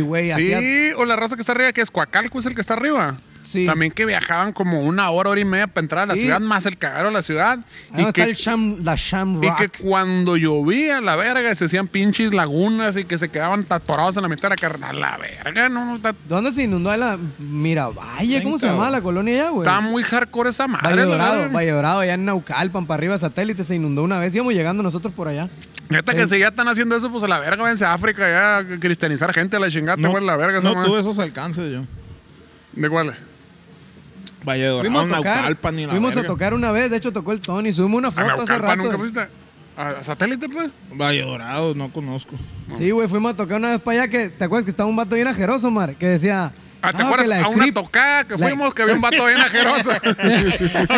C: Y, güey, hacía
B: Sí, o la raza que está arriba, que es Coacalco, es el que está arriba.
C: Sí.
B: También que viajaban como una hora, hora y media para entrar a la
C: Sí.
B: ciudad, más el cagadero a la ciudad.
C: Ahí
B: y
C: está
B: que,
C: el sham, la Sham
B: y
C: Rock.
B: que cuando llovía, la verga, se hacían pinches lagunas y que se quedaban tatorados en la mitad de la carretera. La verga, no, no, está,
C: ¿Dónde se inundó la Miravalle? ¿Cómo se
D: Venga,
C: llamaba
D: güey.
C: la colonia allá, güey?
B: está muy hardcore esa madre.
C: Pues, Valle
B: la
C: Dorado,
B: verga.
C: Valle Dorado, allá en Naucalpan, para arriba satélite, se inundó una vez. Íbamos llegando nosotros por allá.
B: Neta que si ya están haciendo eso, pues a la verga, vense a África, ya a cristianizar gente a la chingada, te fue la verga esa
D: no
B: madre.
D: tuve esos alcances yo.
B: ¿De cuál?
D: Valle de Dorado,
C: Fuimos a tocar,
D: Naucalpan ni la
C: fuimos a
D: verga.
C: tocar una vez, de hecho tocó el Tony, subimos una
B: A
C: foto hace
B: Naucalpan nunca
C: rato.
B: fuiste. ¿A, a satélite, pues?
D: Valle Dorado, no conozco.
C: Sí, güey, fuimos a tocar una vez para allá que, ¿te acuerdas que estaba un vato bien ajeroso, Mar? Que decía...
B: Ah, ¿Te
C: "No,
B: acuerdas?
C: que la
B: A una <laughs>
C: Crip-
B: tocada que
C: la-
B: fuimos que había un vato bien ajeroso.
C: <laughs>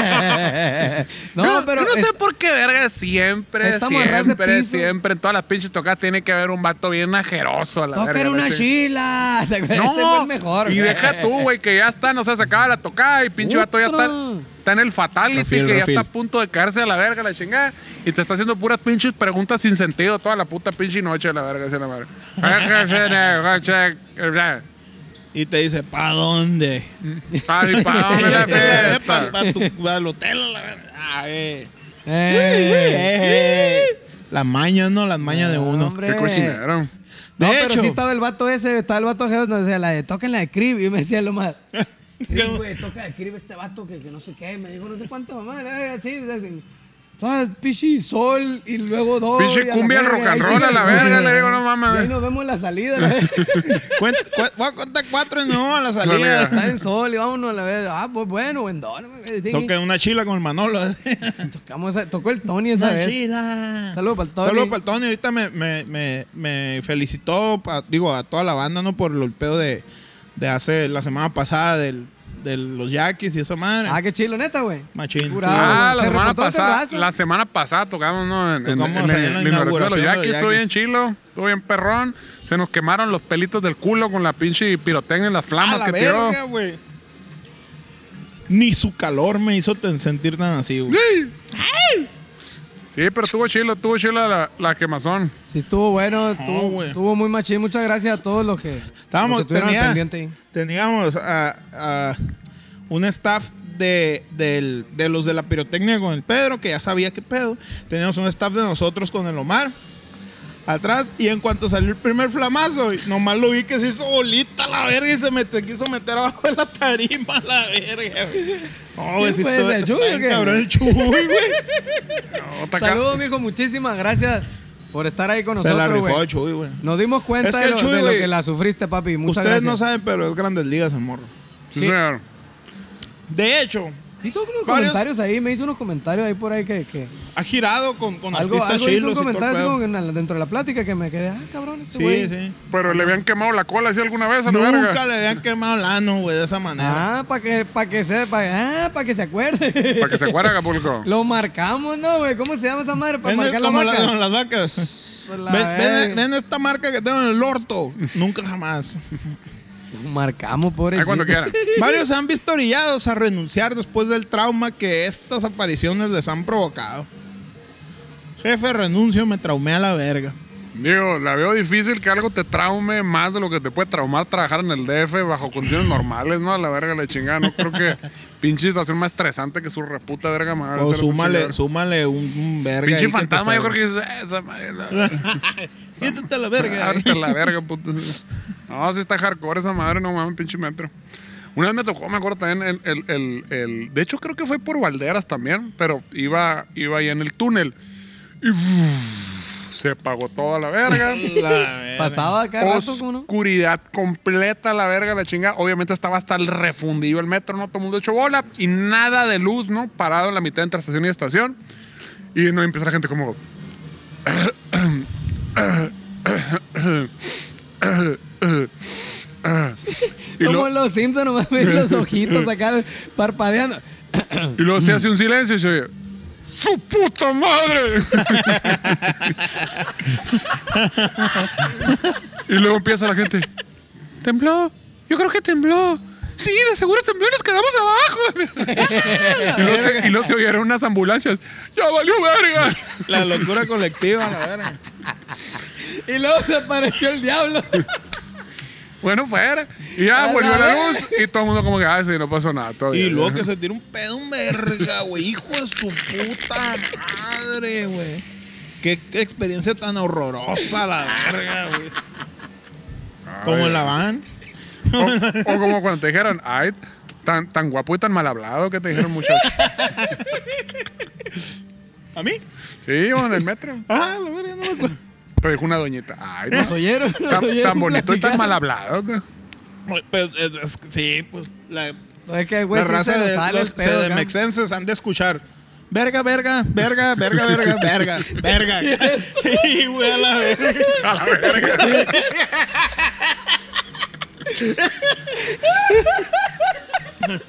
C: no, pero...
B: Yo no
C: es-
B: sé por qué, verga, siempre,
C: Estamos a ras de
B: siempre,
C: piso.
B: siempre, en todas las pinches tocadas tiene que haber un vato bien ajeroso. a La
C: Toca
B: verga,
C: era
B: la
C: una
B: ching-
C: chila. <laughs> ¿Te acuerdas? Ese fue
B: <laughs> No,
C: el mejor,
B: y
C: güey.
B: deja tú, güey, que ya está, no sé, se acaba la tocada y pinche vato ya está,
C: Otra.
B: está en el fatality,
D: Refill,
B: que
D: refill.
B: ya está a punto de caerse a la verga, la chingada, y te está haciendo puras pinches preguntas sin sentido toda la puta pinche noche, la verga, esa la
C: <laughs>
B: verga.
D: Y te dice, ¿pa dónde?
B: Ay, pa,
D: <laughs>
B: dónde
C: <laughs>
B: la fiesta?
D: Para el hotel, a la verga. Ah, eh.
B: <laughs>
C: Eh.
D: Eh, eh. Las mañas, ¿no? Las mañas de uno.
C: Hombre.
B: Qué cochinero.
D: De
C: no,
D: hecho,
C: pero sí estaba el vato ese, estaba el vato ajeroso, donde decía la de toquen la de Crib y me decía lo más. Sí, güey, toca, escribe este vato que, que no sé qué, me dijo no sé cuánto, mamá, eh, sí, sí. Todo el pichi sol y luego dos.
B: Pichi
C: y a la
B: cumbia,
C: verga,
B: rock and
C: ahí
B: roll
C: sí,
B: a la
C: güey.
B: verga, le digo, no mames.
C: Y ahí nos vemos en la salida. la verga. <laughs>
D: Cuent- cu- voy a contar cuatro y no a la salida.
B: Salida.
C: Está en sol y vámonos a la verga. Ah, pues bueno, buen don. güey.
D: Toca una chila con el Manolo. <laughs>
C: Tocamos esa- tocó el Tony esa vez.
D: chila.
C: Saludos para el Tony.
D: Solo para el Tony, ahorita me, me, me, me felicitó, pa- digo, a toda la banda, ¿no? Por el pedo de, de hace la semana pasada del, de los Yaquis y esa madre.
C: Ah, qué chilo, neta, güey.
D: Machín.
C: Curado.
B: Ah,
C: Ah,
B: la
C: se
B: semana,
C: reportó de
B: pasada,
C: terraza.
B: la semana pasada tocamos ¿no? en, en-
D: Tocamos
B: en-
D: ahí en
B: en
D: la
B: la inauguración de
D: inauguración de
B: los
D: los
B: Yaquis. Estuvo bien
D: Yaquis.
B: chilo, estuvo bien perrón. Se nos quemaron los pelitos del culo con la pinche pirotecnia y las
D: A
B: flamas
D: la
B: que tiró.
D: verga, güey. Ni su calor me hizo ten- sentir tan así, güey.
B: Sí. Sí, pero estuvo chilo, estuvo chilo la, la quemazón.
C: Sí, estuvo
B: Ah,
C: bueno, estuvo,
D: güey.
C: estuvo muy machín. Muchas gracias a todos los que,
D: Estábamos,
C: los que estuvieron al
D: tenía-
C: pendiente ahí.
D: teníamos a, a un staff de, del- de los de la pirotecnia con el Pedro, que ya sabía qué pedo. Teníamos un staff de nosotros con el Omar. Atrás, y en cuanto salió el primer flamazo, y nomás lo vi que se hizo bolita la verga y se mete- quiso meter abajo de la tarima la verga. güey. No, güey,
C: ¿Quién
D: sí
C: fue
D: estuvo-
C: ese, el Chuy o
D: está bien
C: qué?
D: cabrón el Chuy, güey.
C: <laughs>
B: Otra ca-
C: Saludos, mijo. Muchísimas gracias por estar ahí con
D: Se la
C: nosotros,
D: rifó
C: güey.
D: el Chuy, güey.
C: Nos dimos cuenta
D: Es que
C: de,
D: el
C: lo,
D: Chuy,
C: de lo
D: güey,
C: que la sufriste, papi. Muchas
D: Ustedes no
C: gracias.
D: saben, pero es grandes ligas, el morro.
B: Sí,
C: ¿Qué?
B: señor.
D: De hecho,
C: Hizo unos
D: Varios-
C: comentarios ahí, me hizo unos comentarios ahí por ahí que, que
D: ha girado con, con
C: algo,
D: artistas
C: algo
D: chilos.
C: hizo un
D: y todo el
C: comentario así
D: pedo.
C: como que en la- dentro de la plática que me quedé, ah, cabrón, este
D: Sí,
C: güey.
D: sí.
B: Pero le habían quemado la cola así alguna vez a la
D: Nunca
B: verga.
D: le habían quemado el ano, güey, de esa manera.
C: Ah, para que, pa que se, pa- ah, pa' que se acuerde. <laughs>
B: Para que se acuerde
D: <laughs>
B: Acapulco.
C: Lo marcamos, ¿no, güey? ¿Cómo se llama esa madre? Para
D: Ven,
C: marcar la
D: como la-
C: vaca. Pues
D: como <laughs>
C: La
D: las vacas. Ven, ven-
C: verga.
D: ven esta marca que tengo en el orto. Nunca jamás.
C: Marcamos,
B: Ahí
C: pobrecito.
B: cuando quieran.
D: Varios se han visto orillados a renunciar después del trauma que estas apariciones les han provocado. Jefe, renuncio, me traumé a la verga.
B: Digo, la veo difícil que algo te traume más de lo que te puede traumar trabajar en el DF bajo condiciones normales, ¿no? A la verga la chingada. No creo
D: <laughs>
B: que pinche situación más estresante que su reputa verga madre.
D: O
B: hacer esa
D: súmale,
B: chingada.
D: súmale un, un verga. ahí
B: Pinche
D: que te
B: fantasma, yo
D: sobra.
B: creo que dices, "Ah, esa madre. la-
D: Siéntate a
B: <laughs>
D: la verga.
B: Ábrete la verga, puto. No, si está hardcore esa madre, no mames, pinche metro. Una vez me tocó, me acuerdo también, el, el- el- el- de hecho creo que fue por Valderas también, pero iba, iba ahí en el túnel. Y uf, se apagó toda la verga.
D: <laughs> La verga.
C: Pasaba cada rato, ¿cómo no?
B: Oscuridad completa, la verga, la chinga. Obviamente estaba hasta el refundido el metro, ¿no? Todo el mundo hecho bola y nada de luz, ¿no? Parado en la mitad entre estación y estación. Y no empieza la gente
C: <coughs>
B: como. <coughs> y,
C: Como
B: lo,
C: los Simpsons, nomás ven los ojitos acá parpadeando.
B: y luego
D: Mm.
B: se hace un silencio y se oye. ¡Su puta
D: <laughs>
B: madre! y luego empieza la gente. Tembló. Yo creo que tembló. Sí, de seguro tembló y nos quedamos abajo. <laughs> y, luego se, y luego se oyeron unas ambulancias. ¡Ya valió verga!
D: La locura colectiva, la verga.
C: Y luego se apareció el diablo.
B: Bueno, fuera. Y ya
C: A
B: volvió
C: la
B: la
C: vez.
B: luz y todo el mundo como que, ah, sí, no pasó nada todavía.
D: Y luego que se tira un pedo, un verga, güey. Hijo de su puta madre, güey. Qué, qué experiencia tan horrorosa la verga, güey. Como en la van.
B: <laughs> O, o como cuando te dijeron, ay, tan, tan guapo y tan mal hablado que te dijeron
D: <laughs>
B: muchachos.
D: ¿A mí?
B: Sí, o en el metro.
D: Ah, la verga, no me acuerdo.
B: Te dijo una doñita, ay,
C: Nos
B: no.
C: oyeron, nos
B: Tan,
C: oyeron
B: tan bonito y tan
C: platicar.
B: mal hablado. ¿no?
D: Güey, pero, eh, es que sí, pues la,
C: Es que, güey, Pues
D: la
C: sí
D: raza
C: se nos
D: de
C: sale el
D: los
C: pedo acá.
D: sedemexenses han de escuchar. Verga, verga, verga, verga, verga, verga,
C: <laughs>
D: verga. Sí, güey, a la verga.
B: A la verga.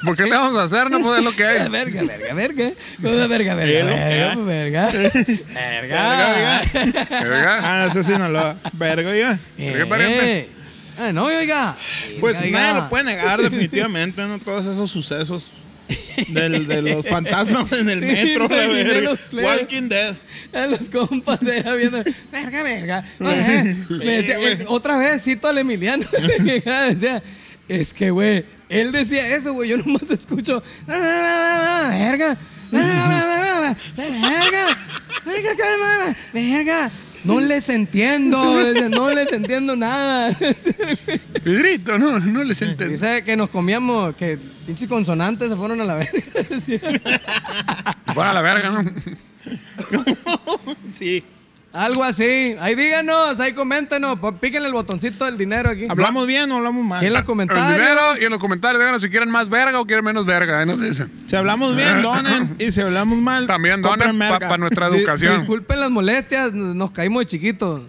B: ¿Por qué le vamos a hacer? No, pues es lo que hay.
C: Verga, verga, verga. Verga, verga, verga. pues,
D: lo-
C: Verga, verga.
D: Verga, verga.
B: Verga.
D: Ah, ese sí no lo. Verga, ya.
B: ¿Qué pariente?
C: Eh, eh, no, oiga.
D: Pues
C: Oiga,
D: nada,
C: oiga.
D: lo puede
C: <laughs>
D: negar definitivamente, ¿no? Todos esos sucesos del-
C: <laughs>
D: de los fantasmas en el
C: Sí,
D: metro, la
C: imaginé
D: verga.
C: los plebes.
D: Walking Dead.
C: <laughs> A los compas de ella viendo. Verga, verga. Oye, me decía, eh, otra vez cito al Emiliano. <laughs> decía, es que, güey, él decía eso, güey. Yo nomás escucho. "Na, na, na, na, na, Verga. na, na, na, na, na, na, Verga. Verga, calma, Verga. No les entiendo, dice, no les entiendo nada. <laughs>
B: Pedrito, no, no les entiendo.
C: Dice que nos comíamos, que pinches consonantes se fueron a la verga. <laughs>
B: Para la verga, ¿no?
D: Sí.
C: Algo así. Ahí díganos, ahí coméntenos, pues, píquenle el botoncito del dinero aquí.
D: ¿Hablamos bien o hablamos
B: Ah,
C: Aquí en
D: mal?
C: los
B: El
C: comentarios.
B: dinero y en los comentarios díganos si quieren más verga o quieren menos verga. Ahí nos dicen.
D: Si hablamos
C: Ah.
D: bien, donen. Y si hablamos mal,
B: También
D: compren
B: donen para
D: merca.
B: nuestra
C: Di-
B: educación.
C: Disculpen las molestias, nos nos caímos de
B: <laughs>
C: chiquitos.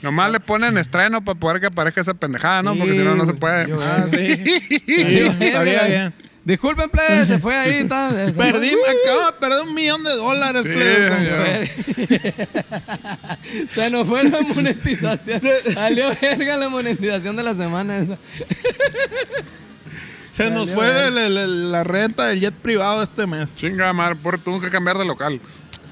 B: Nomás le ponen estreno para poder que aparezca esa pendejada, ¿no?
C: Sí,
B: Porque si no, no se puede.
C: yo-
D: <laughs> Ah,
C: <laughs>
D: sí. Sí, estaría bien.
C: Disculpen, plebe, se fue ahí.
B: <laughs>
C: está.
D: Perdí, me acabo de perder un millón de dólares,
B: Sí,
D: plebe, con-
B: yo-
C: <laughs> Se nos fue
B: <laughs>
C: la monetización. Salió verga la monetización de la semana. esa.
D: Se
C: Valió
D: nos fue
C: verga.
D: el- el- el- la renta del jet privado este mes.
B: <laughs> Chinga madre, por tuvo que cambiar de local.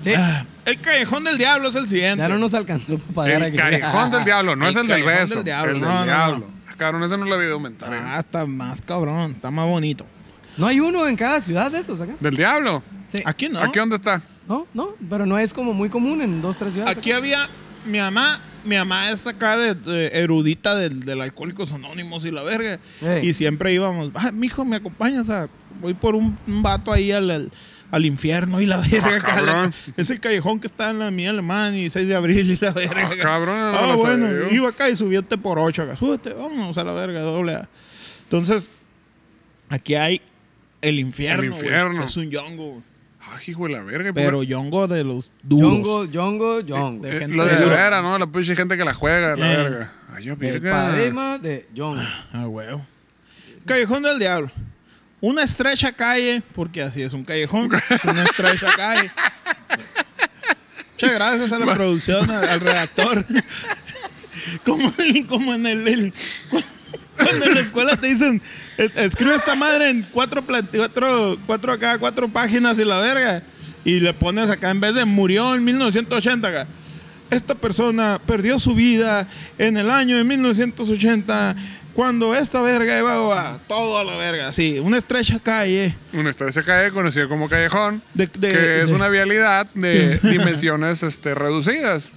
C: Sí,
B: Ah,
D: El callejón del diablo es el siguiente.
C: ya no nos alcanzó para pagar
B: El
C: aquí.
B: callejón del diablo, no
D: <laughs> El
B: es el del
D: callejón
B: beso.
D: del diablo,
B: El
D: no, no,
B: del diablo. Ah, Cabrón, ese no lo había aumentar. ¿eh?
D: Ah, está más cabrón, está más bonito.
C: <laughs> No hay uno en cada ciudad de esos acá.
B: ¿Del diablo?
C: Sí.
D: Aquí no.
B: ¿Aquí dónde está?
C: No, no, pero no es como muy común en dos, tres ciudades.
D: Aquí
C: acá.
D: había mi mamá, mi mamá es acá de, de erudita del, del Alcohólicos Anónimos y la verga.
C: Ey.
D: Y siempre íbamos, ah, mijo, me acompañas a, voy por un, un vato ahí al, al, al infierno y la verga. acá, la-
B: Ah, cabrón.
D: es el callejón que está en la mía alemán y 6 de abril y la verga.
B: Ah, cabrón, no
D: Ah,
B: lo
D: bueno,
B: sabía yo.
D: iba acá y subí este por 8 acá, súbete, vámonos a la verga, doble A. Entonces, aquí hay el infierno.
B: El
D: güey.
B: infierno.
D: Es un yongo, güey.
B: Ah, hijo de la verga.
D: pero
B: pura-
D: yongo de los duros.
C: Yongo, Yongo, Yongo.
D: de-
B: Eh,
D: gente
B: lo de la
D: dura.
B: vera, ¿no? La pinche gente que la juega, la
D: Eh.
B: verga. Ay, yo,
C: El
B: verga.
C: paradigma de Yongo.
D: Ah, huevo. Callejón del Diablo. Una estrecha calle, porque así es un callejón, una estrecha calle. Muchas gracias a la producción, al, al redactor. Como, en- como en el, el- Cuando en la escuela te dicen, "Es- escribe esta madre en cuatro, plat- cuatro, cuatro acá, cuatro páginas y la verga. Y le pones acá, en vez de murió en 1980 acá. Esta persona perdió su vida en el año de 1980 cuando esta verga iba a todo a la verga, sí, una estrecha calle. <laughs>
B: Una estrecha calle conocida como callejón,
D: De- de-
B: que es
D: de-
B: una vialidad
D: <laughs>
B: de dimensiones este, reducidas,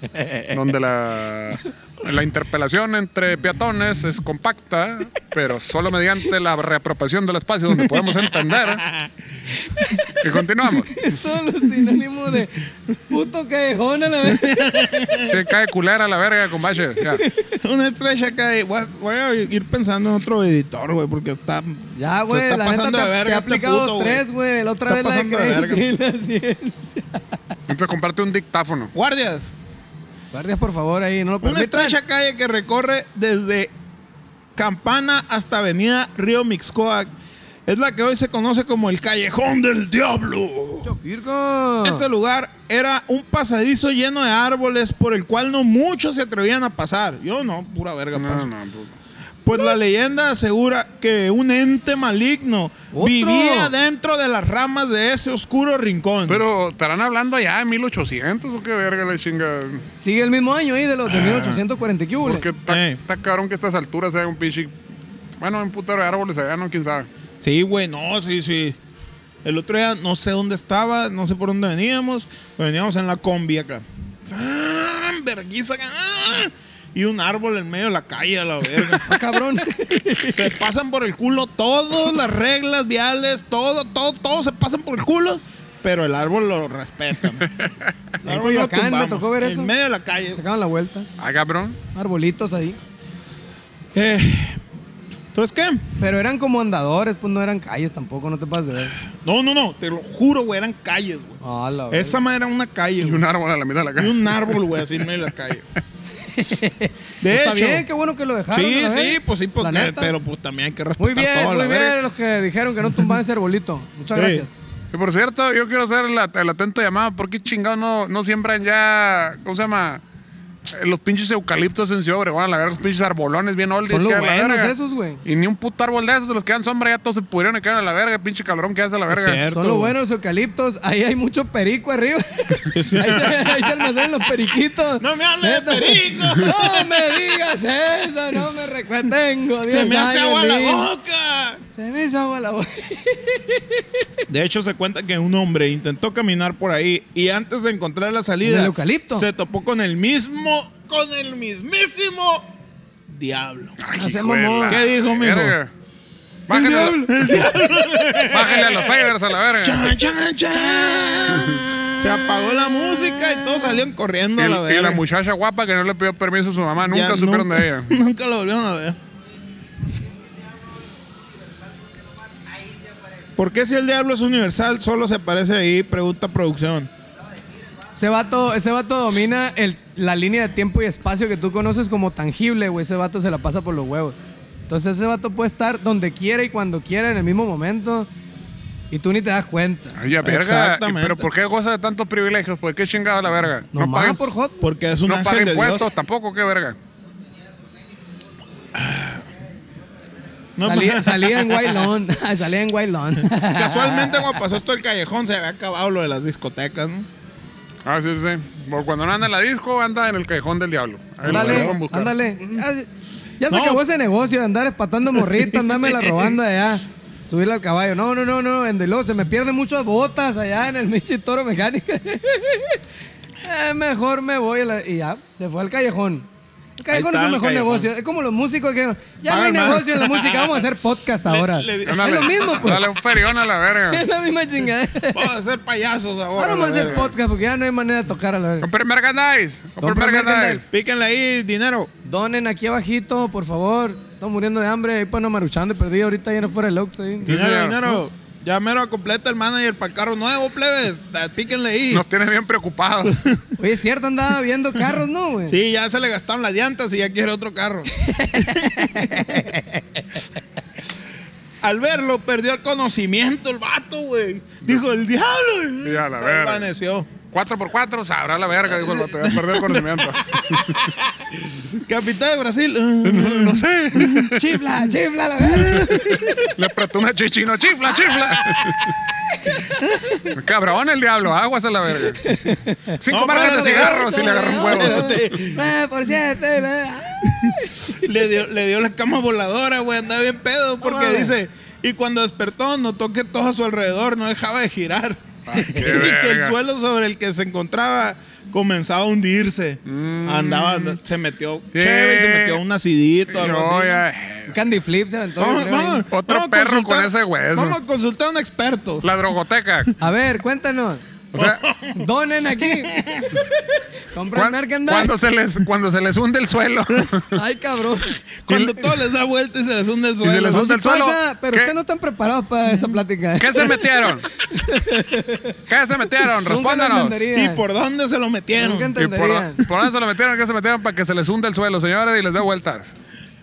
B: donde la, la interpelación entre peatones es compacta, pero solo mediante la reapropiación del espacio donde podemos
D: <laughs>
B: entender. Y continuamos.
C: Todos los sinónimos de puto callejón a la vez.
B: Se cae culera la verga con baches. ya.
D: Una estrecha calle. Voy a, voy a ir pensando en otro editor, güey, porque está.
C: Ya,
D: se
C: güey,
D: está
C: la neta
D: pasando
C: te,
D: de
C: te
D: verga
C: ha
D: este
C: aplicado
D: puto, güey.
C: tres, güey. La otra
D: Está
C: vez la de
D: pasando de verga.
C: creencia y <laughs> la ciencia.
B: Entonces comparte un dictáfono.
D: Guardias.
C: Guardias, por favor, ahí, no lo
D: Una
C: permitan.
D: estrecha calle que recorre desde Campana hasta Avenida Río Mixcoac. Es la que hoy se conoce como el Callejón del Diablo.
C: Chopirco.
D: Este lugar era un pasadizo lleno de árboles por el cual no muchos se atrevían a pasar. Yo no, pura verga
B: No,
D: paso.
B: no, pues,
D: Pues la leyenda asegura que un ente maligno
C: ¿Otro?
D: vivía dentro de las ramas de ese oscuro rincón.
B: Pero estarán hablando allá en 1800 o qué verga la chinga.
C: Sigue el mismo año ahí de
D: Ah,
C: los de 1840 que hubo.
B: Porque está
D: Ey.
B: está cabrón que a estas alturas sea un pinche. Bueno, un putero de árboles allá, no, quién sabe.
D: Sí, güey, no, sí, sí. El otro día no sé dónde estaba, no sé por dónde veníamos. pero Veníamos en la combi acá. ¡Ah, verguiza acá! ¡Ah! Y un árbol en medio de la calle, a la verga.
C: <laughs> Ah,
D: <laughs>
C: cabrón.
D: se pasan por el culo todas las reglas viales, todo, todo, todo se pasan por el culo. Pero el árbol lo respetan. El
C: <laughs> En
D: árbol lo
C: Coyoacán me
D: tumbamos,
C: tocó ver eso.
D: En medio de la calle.
C: Sacaban la vuelta.
B: Ah, cabrón.
C: Arbolitos ahí.
D: Eh, ¿Entonces qué?
C: Pero eran como andadores, pues no eran calles tampoco, no te pases de ver.
D: No, no, no, te lo juro, güey, eran calles, güey.
C: Ah, la verga.
D: Esa madre era una calle,
B: Y
D: güey.
B: un árbol a la mitad de la
D: Y
B: calle.
D: un árbol, güey, así en medio de la calle. De
C: Está
D: hecho,
C: bien, qué bueno que lo dejaron.
D: sí,
C: a la
D: sí,
C: verga.
D: pues sí,
C: La
D: porque,
C: neta.
D: pero pues también hay que respetar
C: Muy bien,
D: todo, la
C: muy
D: verga.
C: bien los que dijeron que no tumbaban ese arbolito. Muchas
D: Sí.
C: gracias.
B: Y por cierto, yo quiero hacer el, at- el atento llamado. ¿Por qué chingados no, no siembran ya. ¿Cómo se llama? Eh, Los pinches eucaliptos en Ciudad Obregón, a la verga, los pinches arbolones bien oldies.
C: Son los
B: que a la
C: buenos
B: verga.
C: esos, güey.
B: Y ni un puto árbol de esos, de los que dan sombra, ya todos se pudieron y quedaron a la verga, pinche calorón que hace a la verga.
D: cierto.
C: Son los
D: güey.
C: buenos eucaliptos. Ahí hay mucho perico
D: <laughs>
C: arriba. ahí, se, ahí se almacenan los periquitos.
D: No me hables de perico.
C: <laughs> No me digas eso, no me recuerden.
D: Se me hace agua la boca.
C: Se me hizo agua la boca.
D: De hecho, se cuenta que un hombre intentó caminar por ahí y antes de encontrar la salida,
C: ¿En el eucalipto?
D: se topó con el mismo, con el mismísimo
C: <laughs>
D: diablo.
C: Hacemos
B: hijuela.
C: modo.
D: ¿Qué dijo, mijo?
B: Verga. Bájenle, a lo- <laughs> bájenle a los faders a la verga.
D: Chan, chan, chan. Se apagó la música y todos salieron corriendo a la
B: Y, y la
D: verga.
B: muchacha guapa que no le pidió permiso a su mamá,
D: Ya
B: nunca supieron
D: nunca-
B: de ella.
D: Nunca lo volvieron a ver. ¿Por qué si el diablo es universal solo se aparece ahí? Pregunta producción.
C: Ese vato, ese vato domina el- la línea de tiempo y espacio que tú conoces como tangible, güey. Ese vato se la pasa por los huevos. Entonces ese vato puede estar donde quiera y cuando quiera en el mismo momento. Y tú ni te das cuenta.
B: Ay, ya, verga.
D: Exactamente.
B: Pero ¿por qué goza de tantos privilegios? Pues qué chingado la verga. No,
C: Nomás
B: paguen,
C: por hot.
D: Porque es un
B: no
D: ángel
B: paguen
D: de
B: impuestos
D: Dios.
B: tampoco, qué verga.
D: No, pues.
C: salía,
D: ma-
C: salía
D: <laughs>
C: en Wailon. <laughs> salía en Wailon.
D: Casualmente cuando pasó esto del callejón se había acabado lo de las discotecas, ¿no?
B: Ah, sí, sí. Porque cuando no anda en la disco, anda en el callejón del diablo. Ahí lo
C: Ándale,
B: pueden buscar.
C: ándale. Ya se- Ya se
D: No.
C: acabó ese negocio de andar espatando morritas, andármela robando
D: <laughs>
C: allá. Subirla al caballo. No, no, no, no. En luego se me pierden muchas botas allá en el Michi Toro Mecánica. <laughs> Eh, mejor me voy. a la- Y ya, se fue al callejón. El callejón
D: está
C: es
D: el
C: el mejor
D: callejón.
C: negocio. Es como los músicos que. Ya no hay
D: Pagan más.
C: negocio en la música, vamos a hacer podcast
D: Le-
C: ahora.
D: le-
C: es lo mismo, pues.
B: Dale un ferión a la verga.
C: <laughs> Es la misma chingada.
D: Vamos a ser payasos ahora.
C: Ahora vamos a
D: la
C: hacer
D: verga.
C: podcast porque ya no hay manera de tocar a la verga.
B: Compren merchandise. Compren
C: Compren
B: merchandise.
C: merchandise.
D: Píquenle ahí dinero.
C: Donen aquí abajito, por favor. Estamos muriendo de hambre. Ahí para no maruchando de perdido. Ahorita ya no fuera el Ox. ahí.
B: Sí,
D: dinero,
B: señor.
D: dinero. Ya mero completa el manager para el carro nuevo, plebes. Ta- Píquenle ahí.
B: Nos tienes bien preocupados.
C: Oye, es cierto, andaba viendo carros, ¿no, güey?
D: Sí, ya se le gastaron las llantas y ya quiere
B: <laughs>
D: otro carro. Al verlo, perdió el conocimiento el vato, güey. Dijo, el diablo. güey".
B: Sí, a la
D: se
B: verga.
D: desvaneció.
B: 4x4, sabrá la verga, dijo el vato. Ya perdió el conocimiento.
D: Capital de Brasil. <laughs>
B: No sé.
C: Chifla, chifla, la verga.
B: Le prestó una chichino. Chifla, chifla. Cabrón el diablo. Aguas a la verga. Cinco
D: No,
B: marcas
D: espérate,
B: de cigarros y le agarró un huevo.
C: <laughs>
D: Espérate.
C: Nueve Eh, por siete, güey.
D: le, dio, le dio la cama voladora, güey. Andaba bien pedo porque
C: mames.
D: dice... Y cuando despertó, notó que todo a su alrededor no dejaba de girar. <laughs> y que
B: Ah, verga.
D: el suelo sobre el que se encontraba comenzaba a hundirse.
B: Mm.
D: Andaba, se metió chévere y se metió un acidito. algo
B: No,
D: así.
B: ya.
C: Candy Flip se aventó.
D: Vamos,
C: yo creo,
D: vamos,
C: ahí.
B: Otro
D: vamos a
B: perro con
D: consultar-
B: ese hueso.
D: Vamos a consultar a un experto.
B: La drogoteca.
C: A ver, cuéntanos.
B: O sea,
C: Donen aquí. Compran
B: cuan-
C: merchandise.
B: cuando se les, cuando se les hunde el
C: <laughs>
B: suelo.
C: Ay, cabrón.
D: Cuando todo les da vuelta y se les hunde el
B: se les
D: suelo.
B: hunde-
C: Son
B: del suelo.
C: pasa, pero
B: ¿Qué?
C: ustedes no están preparados para esa plática. ¿eh?
B: ¿Qué se metieron? ¿Qué se metieron?
C: Nunca lo
B: Respóndanos.
D: ¿Y
C: entenderían.
D: por dónde se lo metieron?
C: Nunca
B: ¿Y por,
C: entenderían.
B: por dónde se lo metieron? ¿Qué se metieron para que se les hunda el suelo, señores? Y les dé vueltas.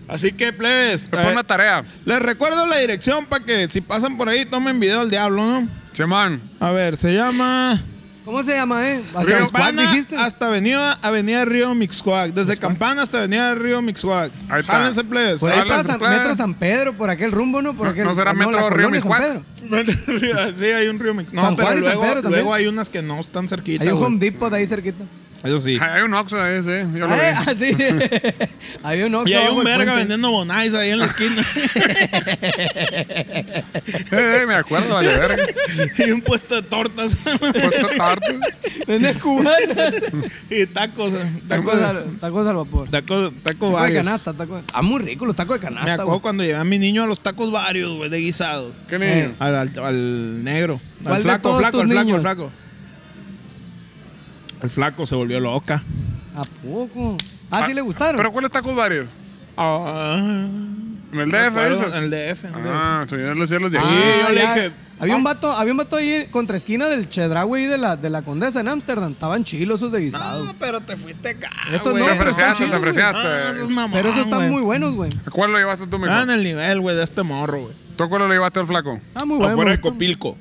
D: Así que, plebes,
B: Fue
D: eh,
B: una tarea.
D: les recuerdo la dirección para que si pasan por ahí tomen video al diablo, ¿no?
B: Simón.
D: A ver, se llama...
C: ¿Cómo se llama, eh? ¿Hasta
B: Río
C: los cuac
D: Campana
C: dijiste?
D: hasta Avenida, Avenida Río Mixcoac. Desde Campana hasta Avenida Río Mixcoac.
B: Ahí está.
D: Jálense, plebes.
C: Por ahí
B: Hablan,
C: pasa
B: claro.
C: Metro San Pedro, por aquel rumbo, ¿no? Por
B: No-
C: aquel,
B: no será Metro
C: la
B: Río
C: colonia San
B: Miscuac.
C: Pedro.
D: <laughs> sí, hay un Río Mixcoac. No,
C: San
D: pero
C: Juan y San
D: luego,
C: Pedro también.
D: luego hay unas que no están cerquitas.
C: Hay un
D: güey.
C: Home Depot ahí cerquita.
D: Eso sí.
B: Hay un Oxxo ahí, sí. Yo lo
C: Ah,
B: vi.
C: ah, sí. <laughs> Había un Oxxo
D: Y hay
C: abajo
D: un
C: del
D: verga
C: puente.
D: vendiendo bonais ahí en la esquina.
B: Eh, eh, me acuerdo, vale, verga. Pues,
D: y un puesto de tortas <laughs>
B: Puesto tarde.
C: <laughs> Vende
B: <laughs>
C: cubanas.
D: y tacos. eh, Tacos,
C: tacos, al, tacos al vapor.
D: tacos, tacos
C: Tacos de
D: varios.
C: canasta. Tacos de- Ah, muy rico los tacos de
D: Me
C: canasta.
D: acuerdo
C: güey.
D: cuando llevé a mi niño a los tacos varios, güey, de guisados.
B: ¿Qué niño?
C: Eh.
D: Al, al- al negro.
C: ¿Cuál
D: Al
C: de
D: flaco,
C: todos
D: flaco,
C: tus
D: al flaco,
C: niños?
D: al flaco. El flaco se volvió loca.
C: ¿A poco? Ah, sí le gustaron.
B: ¿Pero cuál está con varios?
D: Ah,
B: ¿En el DF
D: recuerdo,
B: eso?
D: En el DF. en el DF.
B: Ah, señor, los cielos de
D: Ah,
B: aquí.
D: yo le
C: ya.
D: dije,
C: Había un vato, había un vato ahí contra esquina del Chedra, güey, de la, de la Condesa en Ámsterdam. Estaban chilos esos de guisado.
D: No, pero te fuiste acá.
C: Estos
D: güey.
C: no,
B: Te
C: pero están
B: ofreciaste, te
C: chidos, güey.
D: Ah, eso es
B: ofreciaste.
D: mamón,
C: pero esos están
D: güey.
C: muy buenos, güey.
B: ¿A ¿Cuál lo llevaste tú, mijo?
D: Ah, en el nivel, güey, de este morro, güey.
B: ¿Tú a cuál lo llevaste al flaco?
C: Ah, muy buenos.
D: Afuera de
C: me gustan.
D: Copilco.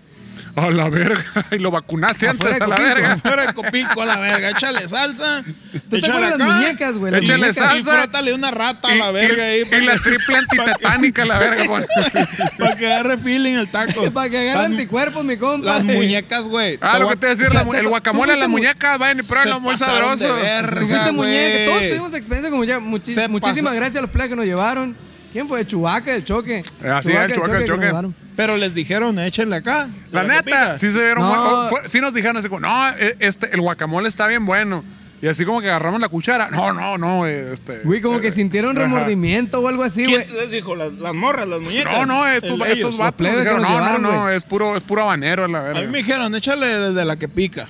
B: A la verga. <laughs> Y lo vacunaste antes,
C: Afuera
B: a
C: de
B: la
C: Copilco.
B: verga.
D: Fuera el copico a la verga, échale salsa.
C: ¿Tú te acuerdas de las muñecas, güey? Las
B: Échale
C: muñecas.
B: sal.
D: Y
B: Salsa.
D: frótale una rata a la verga ahí.
B: <laughs>
D: pues.
B: y la
D: <laughs>
B: triple antitetánica, la verga. pues. pon.
D: Para que agarre feeling el
C: <laughs>
D: taco.
C: Para que agarre
D: Las-
C: anticuerpos, mi compa.
D: Las muñecas, güey.
B: Ah, lo que te iba a decir, la mu- el
C: Tú
B: guacamole a las
C: fuiste mu-
B: muñecas, vayan y pruébenlo,
D: Se
B: muy
D: pasaron de
B: sabroso.
D: verga.
C: Tú fuiste
D: güey.
C: muñeca, todos tuvimos experiencia con muñeca. Muchi-
D: Se
C: muchísimas
D: pasó.
C: gracias a los playas que nos llevaron. ¿Quién fue? Chubaca el choque.
B: Así es, Chewbacca, el
C: que nos
B: choque.
C: llevaron.
D: Pero les dijeron, échenle acá.
B: <laughs> La
D: a
B: neta,
D: copita.
B: sí se dieron
C: No.
B: buen- fue- sí nos dijeron así como, no, eh, este, el guacamole está bien bueno. Y así como que agarramos la cuchara. No, no, no, eh, este.
C: Güey, como que
B: eh,
C: sintieron
B: ajá.
C: remordimiento o algo así, güey.
D: ¿Quién les dijo? Las, las morras, las muñecas.
B: No, no, estos,
D: El-
B: estos
D: ellos.
B: vatos
C: plebes que
B: dijeron,
C: nos
B: no,
C: llevaron,
B: no, no,
C: güey".
B: es puro, es puro habanero la
D: A
B: verga.
D: mí me dijeron, échale desde la que pica.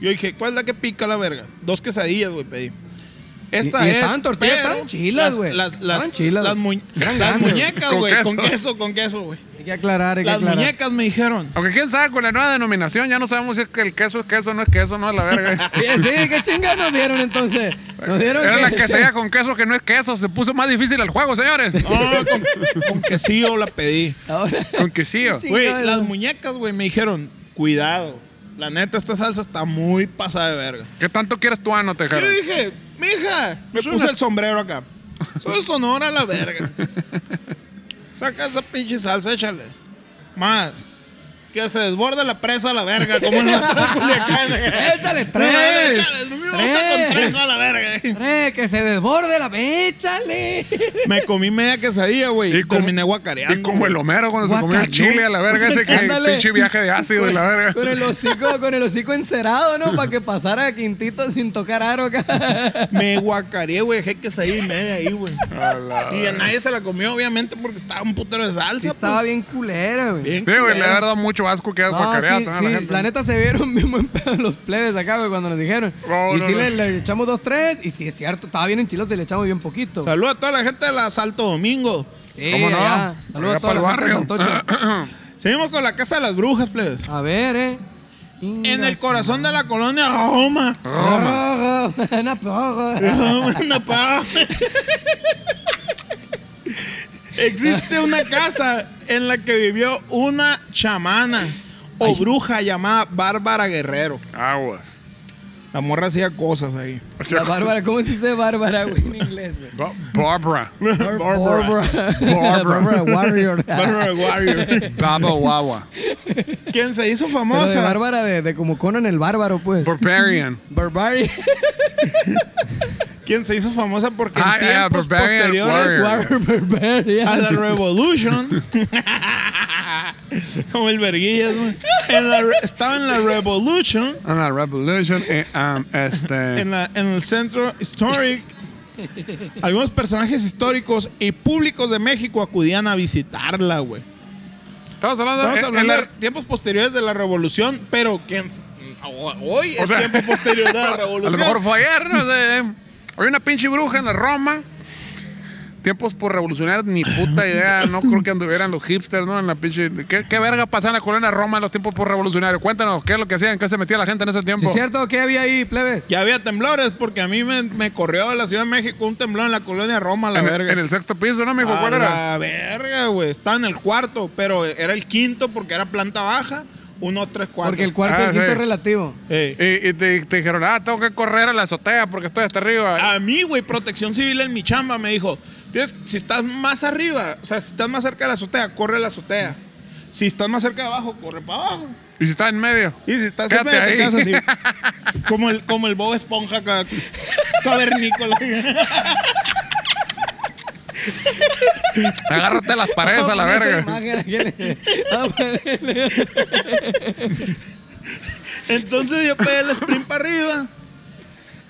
D: Yo dije, ¿cuál es la que pica la verga? Dos quesadillas, güey, pedí. Esta
C: Y- y
D: es.
C: estaban tortillas,
D: pero
C: estaban chilas,
D: las-
C: güey.
D: Las, las,
C: Estaban chilas,
D: las
C: güey.
D: mu-
C: Eran
D: las
C: grandes.
D: muñecas,
B: Con
D: güey. Con
B: queso.
D: queso, con queso, güey.
C: Hay que aclarar, hay que
D: Las
C: aclarar.
D: muñecas me dijeron.
B: Aunque quién sabe con la nueva denominación, ya no sabemos si es que el queso es queso, no es queso, no es la
D: <laughs>
B: verga.
C: Sí, sí, qué chingas nos dieron entonces. Nos dieron
B: Era
C: que-
B: la quesadilla con queso que no es queso, se puso más difícil el juego, señores.
D: No, "Ah, con, con quesillo la pedí.
C: <laughs> Ahora.
B: Con quesillo.
C: Sí.
D: Güey,
C: Chingada.
D: las muñecas, güey, me dijeron, cuidado. La neta, esta salsa está muy pasada de verga.
B: ¿Qué tanto quieres tu ano,
D: Yo
B: Tejero?
D: dije, mija, me puse el sombrero <laughs> acá. Soy sonora a la verga. Saca esa pinche salsa, échale. Más. Que se desborde la presa a la verga, como en la <laughs>
C: Échale
D: No,
C: tres.
D: échale, no me gusta con
C: Tres.
D: tres a la verga.
C: Tres, que se desborde la. Échale.
D: <laughs> Me comí media quesadilla, güey. Y
B: como-
D: terminé guacareando.
B: Y como el Homero cuando se comió el
C: Guacachú.
B: chile a la verga, ese que
C: Ándale.
B: pinche viaje de ácido y la verga.
C: Con el hocico, con el hocico encerado, ¿no? Para que pasara a quintito sin tocar aro acá.
D: Me guacareé, güey. Dejé quesadilla y media ahí, güey.
B: A la
D: Y a nadie se la comió, obviamente, porque estaba un putero de salsa.
C: Sí, estaba bien culera,
D: pues.
C: güey.
B: Sí,
D: Bien
B: güey, le
D: culero.
B: ha dado mucho asco que hagas
C: No, sí,
B: guacarear
C: sí,
B: ¿no?
C: la,
B: la gente.
C: neta se vieron bien buen pedo los plebes acá, güey, cuando nos dijeron.
B: No,
C: y
B: no,
C: sí
B: no.
C: Le, le echamos dos, tres, y sí es cierto, estaba bien enchiloso y le echamos bien poquito.
D: Saludos a toda la gente de la Salto Domingo.
C: Sí,
B: ¿Cómo no?
C: allá.
B: Allá
C: Saludos a
B: para
C: toda
B: el
C: la gente de
B: barrio.
C: Santocho.
D: Seguimos con la Casa de las Brujas, plebes.
C: A ver, eh.
D: En el corazón de la
C: <laughs>
D: colonia Roma.
C: Rojo, una rojo.
D: Roma, no, pa. Existe una casa en la que vivió una chamana o bruja llamada Bárbara Guerrero.
B: <clears throat> Aguas.
D: La morra hacía cosas ahí.
B: O sea,
C: La Bárbara, ¿cómo se dice Bárbara, güey, en inglés, güey?
B: Ba- Barbara.
C: Bárbara.
B: Bárbara.
C: Bárbara Warrior.
D: Bárbara
C: <laughs>
D: Warrior.
B: Baba Wawa.
D: Quien se hizo
C: Pero de
D: famosa.
C: Bárbara de, de como Conan el Bárbaro, pues. <laughs>
B: Barbarian.
C: Barbarian.
D: Quien se hizo famosa porque
C: eh,
B: Ah,
D: en
B: yeah,
D: tiempos
B: Barbarian
D: posteriores
B: Warrior.
C: pues Warrior Barbarian.
D: a
B: <laughs>
D: la Revolution. Como el verguillas, güey. En la re- Estaba en la Revolution.
B: And a revolution. eh, um, este.
D: en, la- en el centro histórico, algunos personajes históricos y públicos de México acudían a visitarla, güey.
B: Estamos hablando, er-
D: Estamos
B: Eh, en- en
D: hablando
B: la-
D: de tiempos posteriores de la revolución, pero que en- hoy
B: O
D: es
B: sea,
D: tiempo posterior de
B: <laughs>
D: la
B: A lo
D: revolución.
B: mejor fue ayer, no sé. Había una pinche bruja en la Roma. Tiempos por revolucionar, ni puta idea. No creo que anduvieran los hipsters, ¿no? En la pinche. ¿Qué, qué verga pasaba en la colonia Roma en los tiempos por revolucionarios? Cuéntanos, ¿qué es lo que hacían? ¿Qué se metía la gente en ese
C: ¿Sí
B: tiempo?
C: es cierto? ¿Qué había ahí, plebes?
D: ya había temblores porque a mí me, me corrió de la Ciudad de México un temblor en la colonia Roma, la
B: en, el,
D: verga. Ah,
B: en el sexto piso, ¿no, mijo?
D: A
B: ¿Cuál era?
D: La verga, güey. Estaba en el cuarto, pero era el quinto porque era planta baja. Uno, tres, cuatro. Eh,
C: Porque el cuarto y
B: Ah,
C: el quinto
B: sí.
C: es relativo.
D: Ey.
B: Y, y te, te dijeron, ah, tengo que correr a la azotea porque estoy hasta arriba.
D: A mí, güey, protección civil en mi chamba me dijo, "Tienes- si estás más arriba, o sea, si estás más cerca de la azotea, corre a la azotea. Si estás más cerca de abajo, corre para abajo.
B: Y si está en medio.
D: Y si estás
B: Quédate
D: cerca
B: ahí.
D: de te quedas así. Como el, como el Bob Esponja
B: <laughs>
D: ca- cavernícola.
B: Agárrate las paredes
C: <laughs>
B: a la
C: Vamos a poner esa
B: <laughs> verga.
C: imagen aquí Ah, en-
D: <laughs>
C: vamos a ponerle-
D: Entonces yo pegué el sprint para arriba.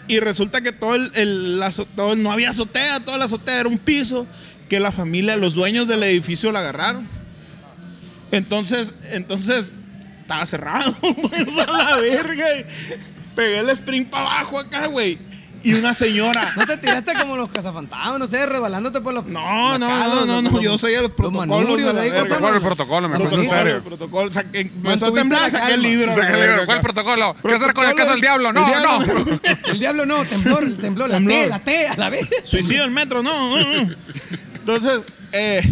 D: Y resulta que todo el, el- la azo- todo- no había azotea, toda la azotea era un piso que la familia, los dueños del edificio la agarraron. Entonces, entonces estaba cerrado, <laughs> pues a la verga. Pegué el sprint para abajo acá, güey. Y una señora.
C: ¿No te tiraste como los cazafantasmas, no sé, rebalándote por los.
D: No, no,
C: macalos,
D: no, no,
C: los-
D: yo soy de los protocolos
C: manurios
D: de la
C: ahí,
D: verga.
C: ¿cómo se
B: ¿Cuál
C: llama?
B: es el protocolo? Me
C: Protocolo.
B: en serio.
D: protocolo, saqué- empezó a
C: Mantuviste
D: temblar,
C: la
D: saqué el
C: calma.
D: libro. a la
B: Saca el
D: verga
B: libro. ¿Cuál
D: acá.
B: protocolo? ¿Qué hacer con el caso del diablo?
D: El
B: No,
D: diablo.
B: no.
C: El diablo no, temblor, el temblor, la
D: Temblor.
C: T, la T, a
D: <laughs>
C: la vez. <laughs>
D: Suicidio el metro, no. no, no. Entonces, eh,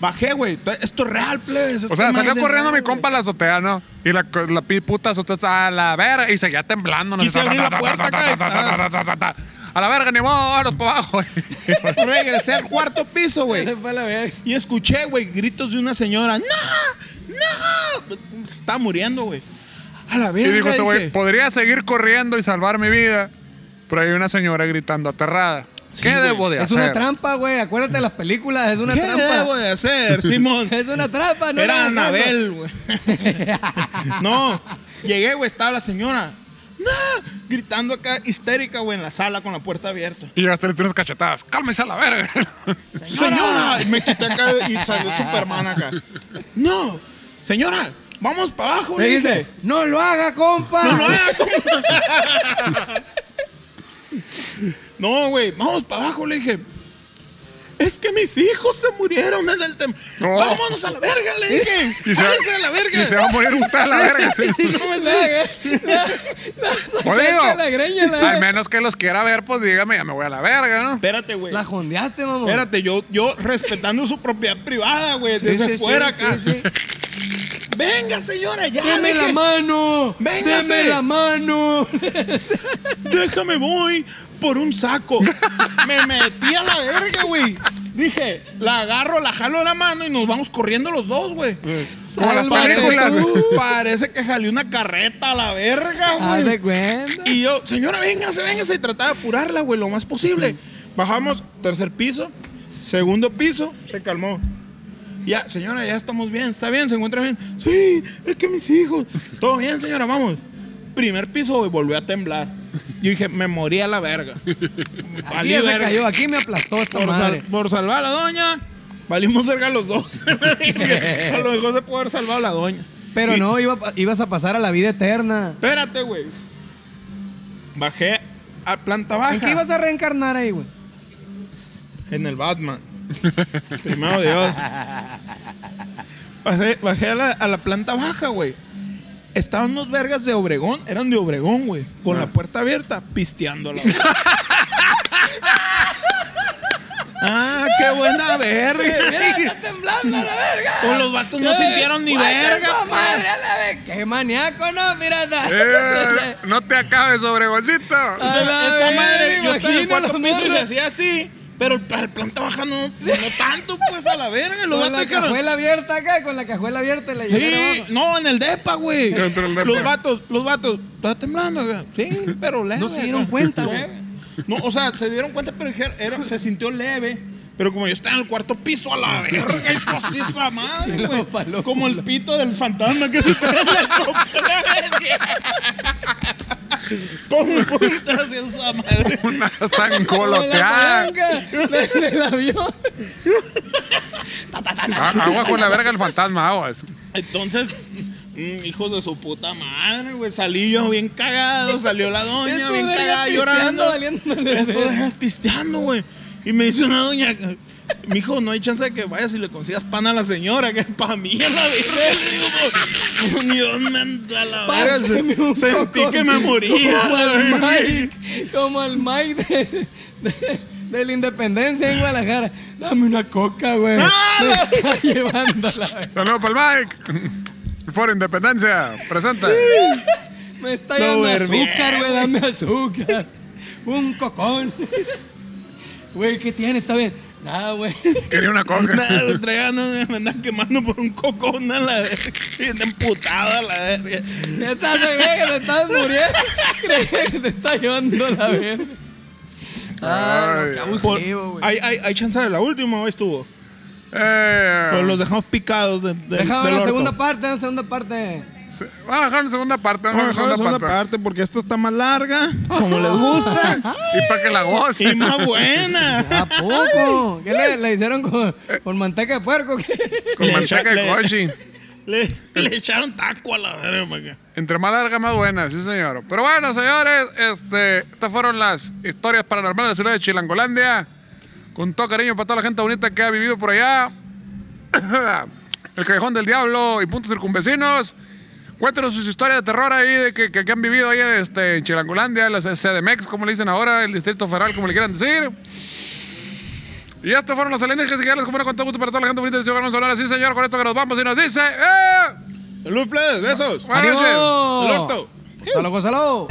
D: bajé, güey. Esto es real, plebes.
B: O sea, salió corriendo mi compa a la azotea, ¿no? Y la, co- la pi- puta azotea está a la verga y seguía temblando. No
D: Quise abrir la puerta acá y-
B: A la verga, ni modo, vámonos para abajo. <laughs>
D: Regresé al cuarto piso, güey.
C: Se fue a la verga.
D: Y escuché, güey, gritos de una señora. ¡No! ¡No! Se estaba muriendo, güey. A la
B: Y
D: verga.
B: dijo este güey,
D: dije.
B: podría seguir corriendo y salvar mi vida. Pero hay una señora gritando aterrada. ¿Qué
D: güey.
B: debo de
C: Es
B: hacer?
C: una trampa, güey. Acuérdate de las películas. Es una
D: ¿Qué
C: trampa.
D: debo de hacer, Simón?
C: Es una trampa, ¿no? le
D: Era
C: hagas caso.
D: Anabel, güey. no, llegué, güey, estaba la señora. "No", Gritando acá, histérica, güey, en la sala con la puerta abierta.
B: Y llegaste le unas cachetadas. Cálmese a la verga. <laughs>
D: ¡Señora! Y me quité acá y salió Superman acá. ¡No! ¡Señora! ¡Vamos para abajo!
C: Le
D: le dije.
C: dijiste, no lo haga, compa.
D: ¡No, no, haga, compa". No, güey, vamos para abajo, le dije. Es que mis hijos se murieron en el tem.
B: No.
D: Vámonos a la verga, le dije.
B: Y se, va,
D: Vámonos a la verga.
B: y se va a morir usted a la verga. sí.
C: <laughs>
D: <laughs>
C: Sí, no me la- <laughs> la- la-
B: Pues
C: sacaste
B: digo,
C: la greña, la-
B: al menos que los quiera ver, pues dígame, ya me voy a la verga, ¿no? <laughs>
D: Espérate, güey.
C: La jondeaste, mamón.
D: Espérate, yo, yo respetando su propiedad privada, güey.
C: Sí,
D: desde
C: sí, sí,
D: fuera
C: sí,
D: acá.
C: sí.
D: Venga, señora, ya.
C: ¡Deme la
D: <laughs> deje-
C: mano!
D: Véngase.
C: ¡Deme la mano!
D: Déjame voy por un saco. Me metí a la verga, güey. Dije, la agarro, la jalo de la mano y nos vamos corriendo los dos, güey.
B: Como las
C: Sálvate
B: películas.
C: tú.
D: Parece que jalé una carreta a la verga,
C: Haz
D: güey.
C: de cuenta.
D: Y yo, señora, véngase, véngase. Y trataba de apurarla, güey, lo más posible. Bajamos, tercer piso, segundo piso, se calmó. Ya, señora, ya estamos bien, está bien, se encuentra bien. Sí, es que mis hijos. Todo bien, señora, vamos. Primer piso, güey, volvió a temblar. Yo dije, me morí a la verga.
C: Aquí
D: Valí
C: ya se
D: verga.
C: cayó, aquí me aplastó esta
D: Por, sal-
C: madre.
D: por salvar a la doña, valimos verga los dos. <laughs> a lo mejor se puede haber salvado a la doña.
C: Pero
D: Y-
C: no, iba pa- ibas a pasar a la vida eterna.
D: Espérate, güey. Bajé a planta baja.
C: ¿En qué ibas a reencarnar ahí,
D: <laughs>
C: güey?
D: En el Batman. Primero Dios. Bajé, bajé a, la, a la planta baja, güey. Estaban unos vergas de Obregón. Eran de Obregón, güey. Con
C: Ah.
D: la puerta abierta,
C: <laughs>
D: pisteando la verga. ¡Ah, qué buena verga!
C: está temblando la verga!
D: Con los vatos no sintieron ni verga.
C: madre a la verga! ¡Qué maníaco, no, pirata! <laughs>
B: Eh, no te acabes, Obregoncito.
C: Ah.
D: Esa-
C: la
D: esa
C: verga,
D: madre,
C: me
D: yo estaba en
C: imagino
D: el
C: a
D: cuarto
C: la
D: piso y se
C: morra.
D: hacía así. Pero el, el planta baja no, no tanto, pues, a la verga. Los
C: Con
D: vatos
C: la
D: dijeron,
C: cajuela abierta acá, con la cajuela abierta y la
D: Sí,
C: llenera abajo.
D: no, en el depa,
B: <laughs>
D: güey.
B: Dentro del depa.
D: Los vatos, los vatos. Está temblando, güey. Sí, pero leve.
C: No se
D: acá.
C: dieron cuenta, güey.
D: Leve. No, o sea, se dieron cuenta, pero dijeron, era- se sintió leve. Pero como yo estaba en el cuarto piso a la verga, y pues sí, esa madre,
C: Lo paló.
D: güey. Como el pito del fantasma que se pone en la copa. Pongo puta hacia esa madre.
B: <laughs> Una
C: Con la
B: sangoloteada.
C: palanca del- del avión.
B: A- Agua con la verga el fantasma, aguas.
D: Entonces, mm, hijos de su puta madre, güey. Salí yo bien cagado, salió la doña
C: Estos
D: bien
C: vergas
D: cagada,
C: pisteando,
D: llorando.
C: valiéndole
D: Estos
C: verga.
D: dejas pisteando, güey. Y me dice una doña, mi hijo, no hay chance de que vayas y le consigas pan a la señora, que es para mí a la verga. Le digo, Ni dónde anda la verga.
C: Páseme un
D: Sentí
C: cocón.
D: que me moría.
C: Como el
D: la verga.
C: Mike, como el Mike de, de- de la Independencia en Guadalajara. Dame una coca, güey.
D: ¡Ah,
C: Me está llevando la verga.
B: Saludos para el Mike. Foro Independencia, presente.
C: Me está
D: Lo
C: llevando
D: duermí,
C: azúcar, güey. Dame azúcar. Un cocón. Güey, ¿qué tiene? ¿Está bien? Nada, güey. <laughs>
B: Quería una coca.
D: Nada, güey, traía, no, me andan quemando por un cocón a la verga. Bien emputada a la verga.
C: Ya estás, creía que te estás muriendo. Creía que te está llevando la verga. Ay, no, qué
B: Ay.
D: Por-
C: abusivo, güey.
D: hay, hay, hay chance de la última, ¿o estuvo? Pero los
B: Eh,
D: dejamos picados de, de-
C: Déjame
D: del
C: una
D: orto.
C: segunda parte, una segunda parte.
B: sí. Vamos a dejar una segunda parte. Vamos a
D: Vamos a
B: dejar
D: la
B: una
D: segunda
B: segunda parte.
D: parte porque esta está más larga,
C: <laughs>
D: como les gusta,
B: Y para que la
D: y
B: gocen.
D: más
C: ¿A
D: buena.
C: poco? ¿Qué le, le hicieron con, con manteca de puerco? ¿Qué?
B: Con
D: Le
B: manteca
D: echa-
B: de
D: le-
B: coche.
D: Le, <laughs> le echaron taco a la verga. pa' acá.
B: Entre más larga, más buena, sí, señor. Pero bueno, señores, este, estas fueron las historias paranormales de la ciudad de Chilangolandia. Con todo cariño para toda la gente bonita que ha vivido por allá. <coughs> El Callejón del Diablo y Puntos Circunvecinos. Cuéntenos sus historias de terror ahí, de que, que- que han vivido ahí en, este, en Chilangolandia, en la CDMX, como le dicen ahora, el Distrito Federal, como le quieran decir. Y estas fueron las alienígenas que ya les comieron con todo gusto para toda la gente bonita de Ciudad Vamos a hablar así, señor, con esto que nos vamos y nos dice... ¡Eh!
D: Salud, plebes, besos.
B: Buenas noches.
D: El orto.
C: ¡Gonzalo, Gonzalo!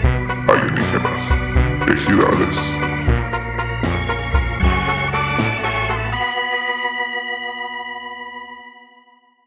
A: alienígenas, ejidales,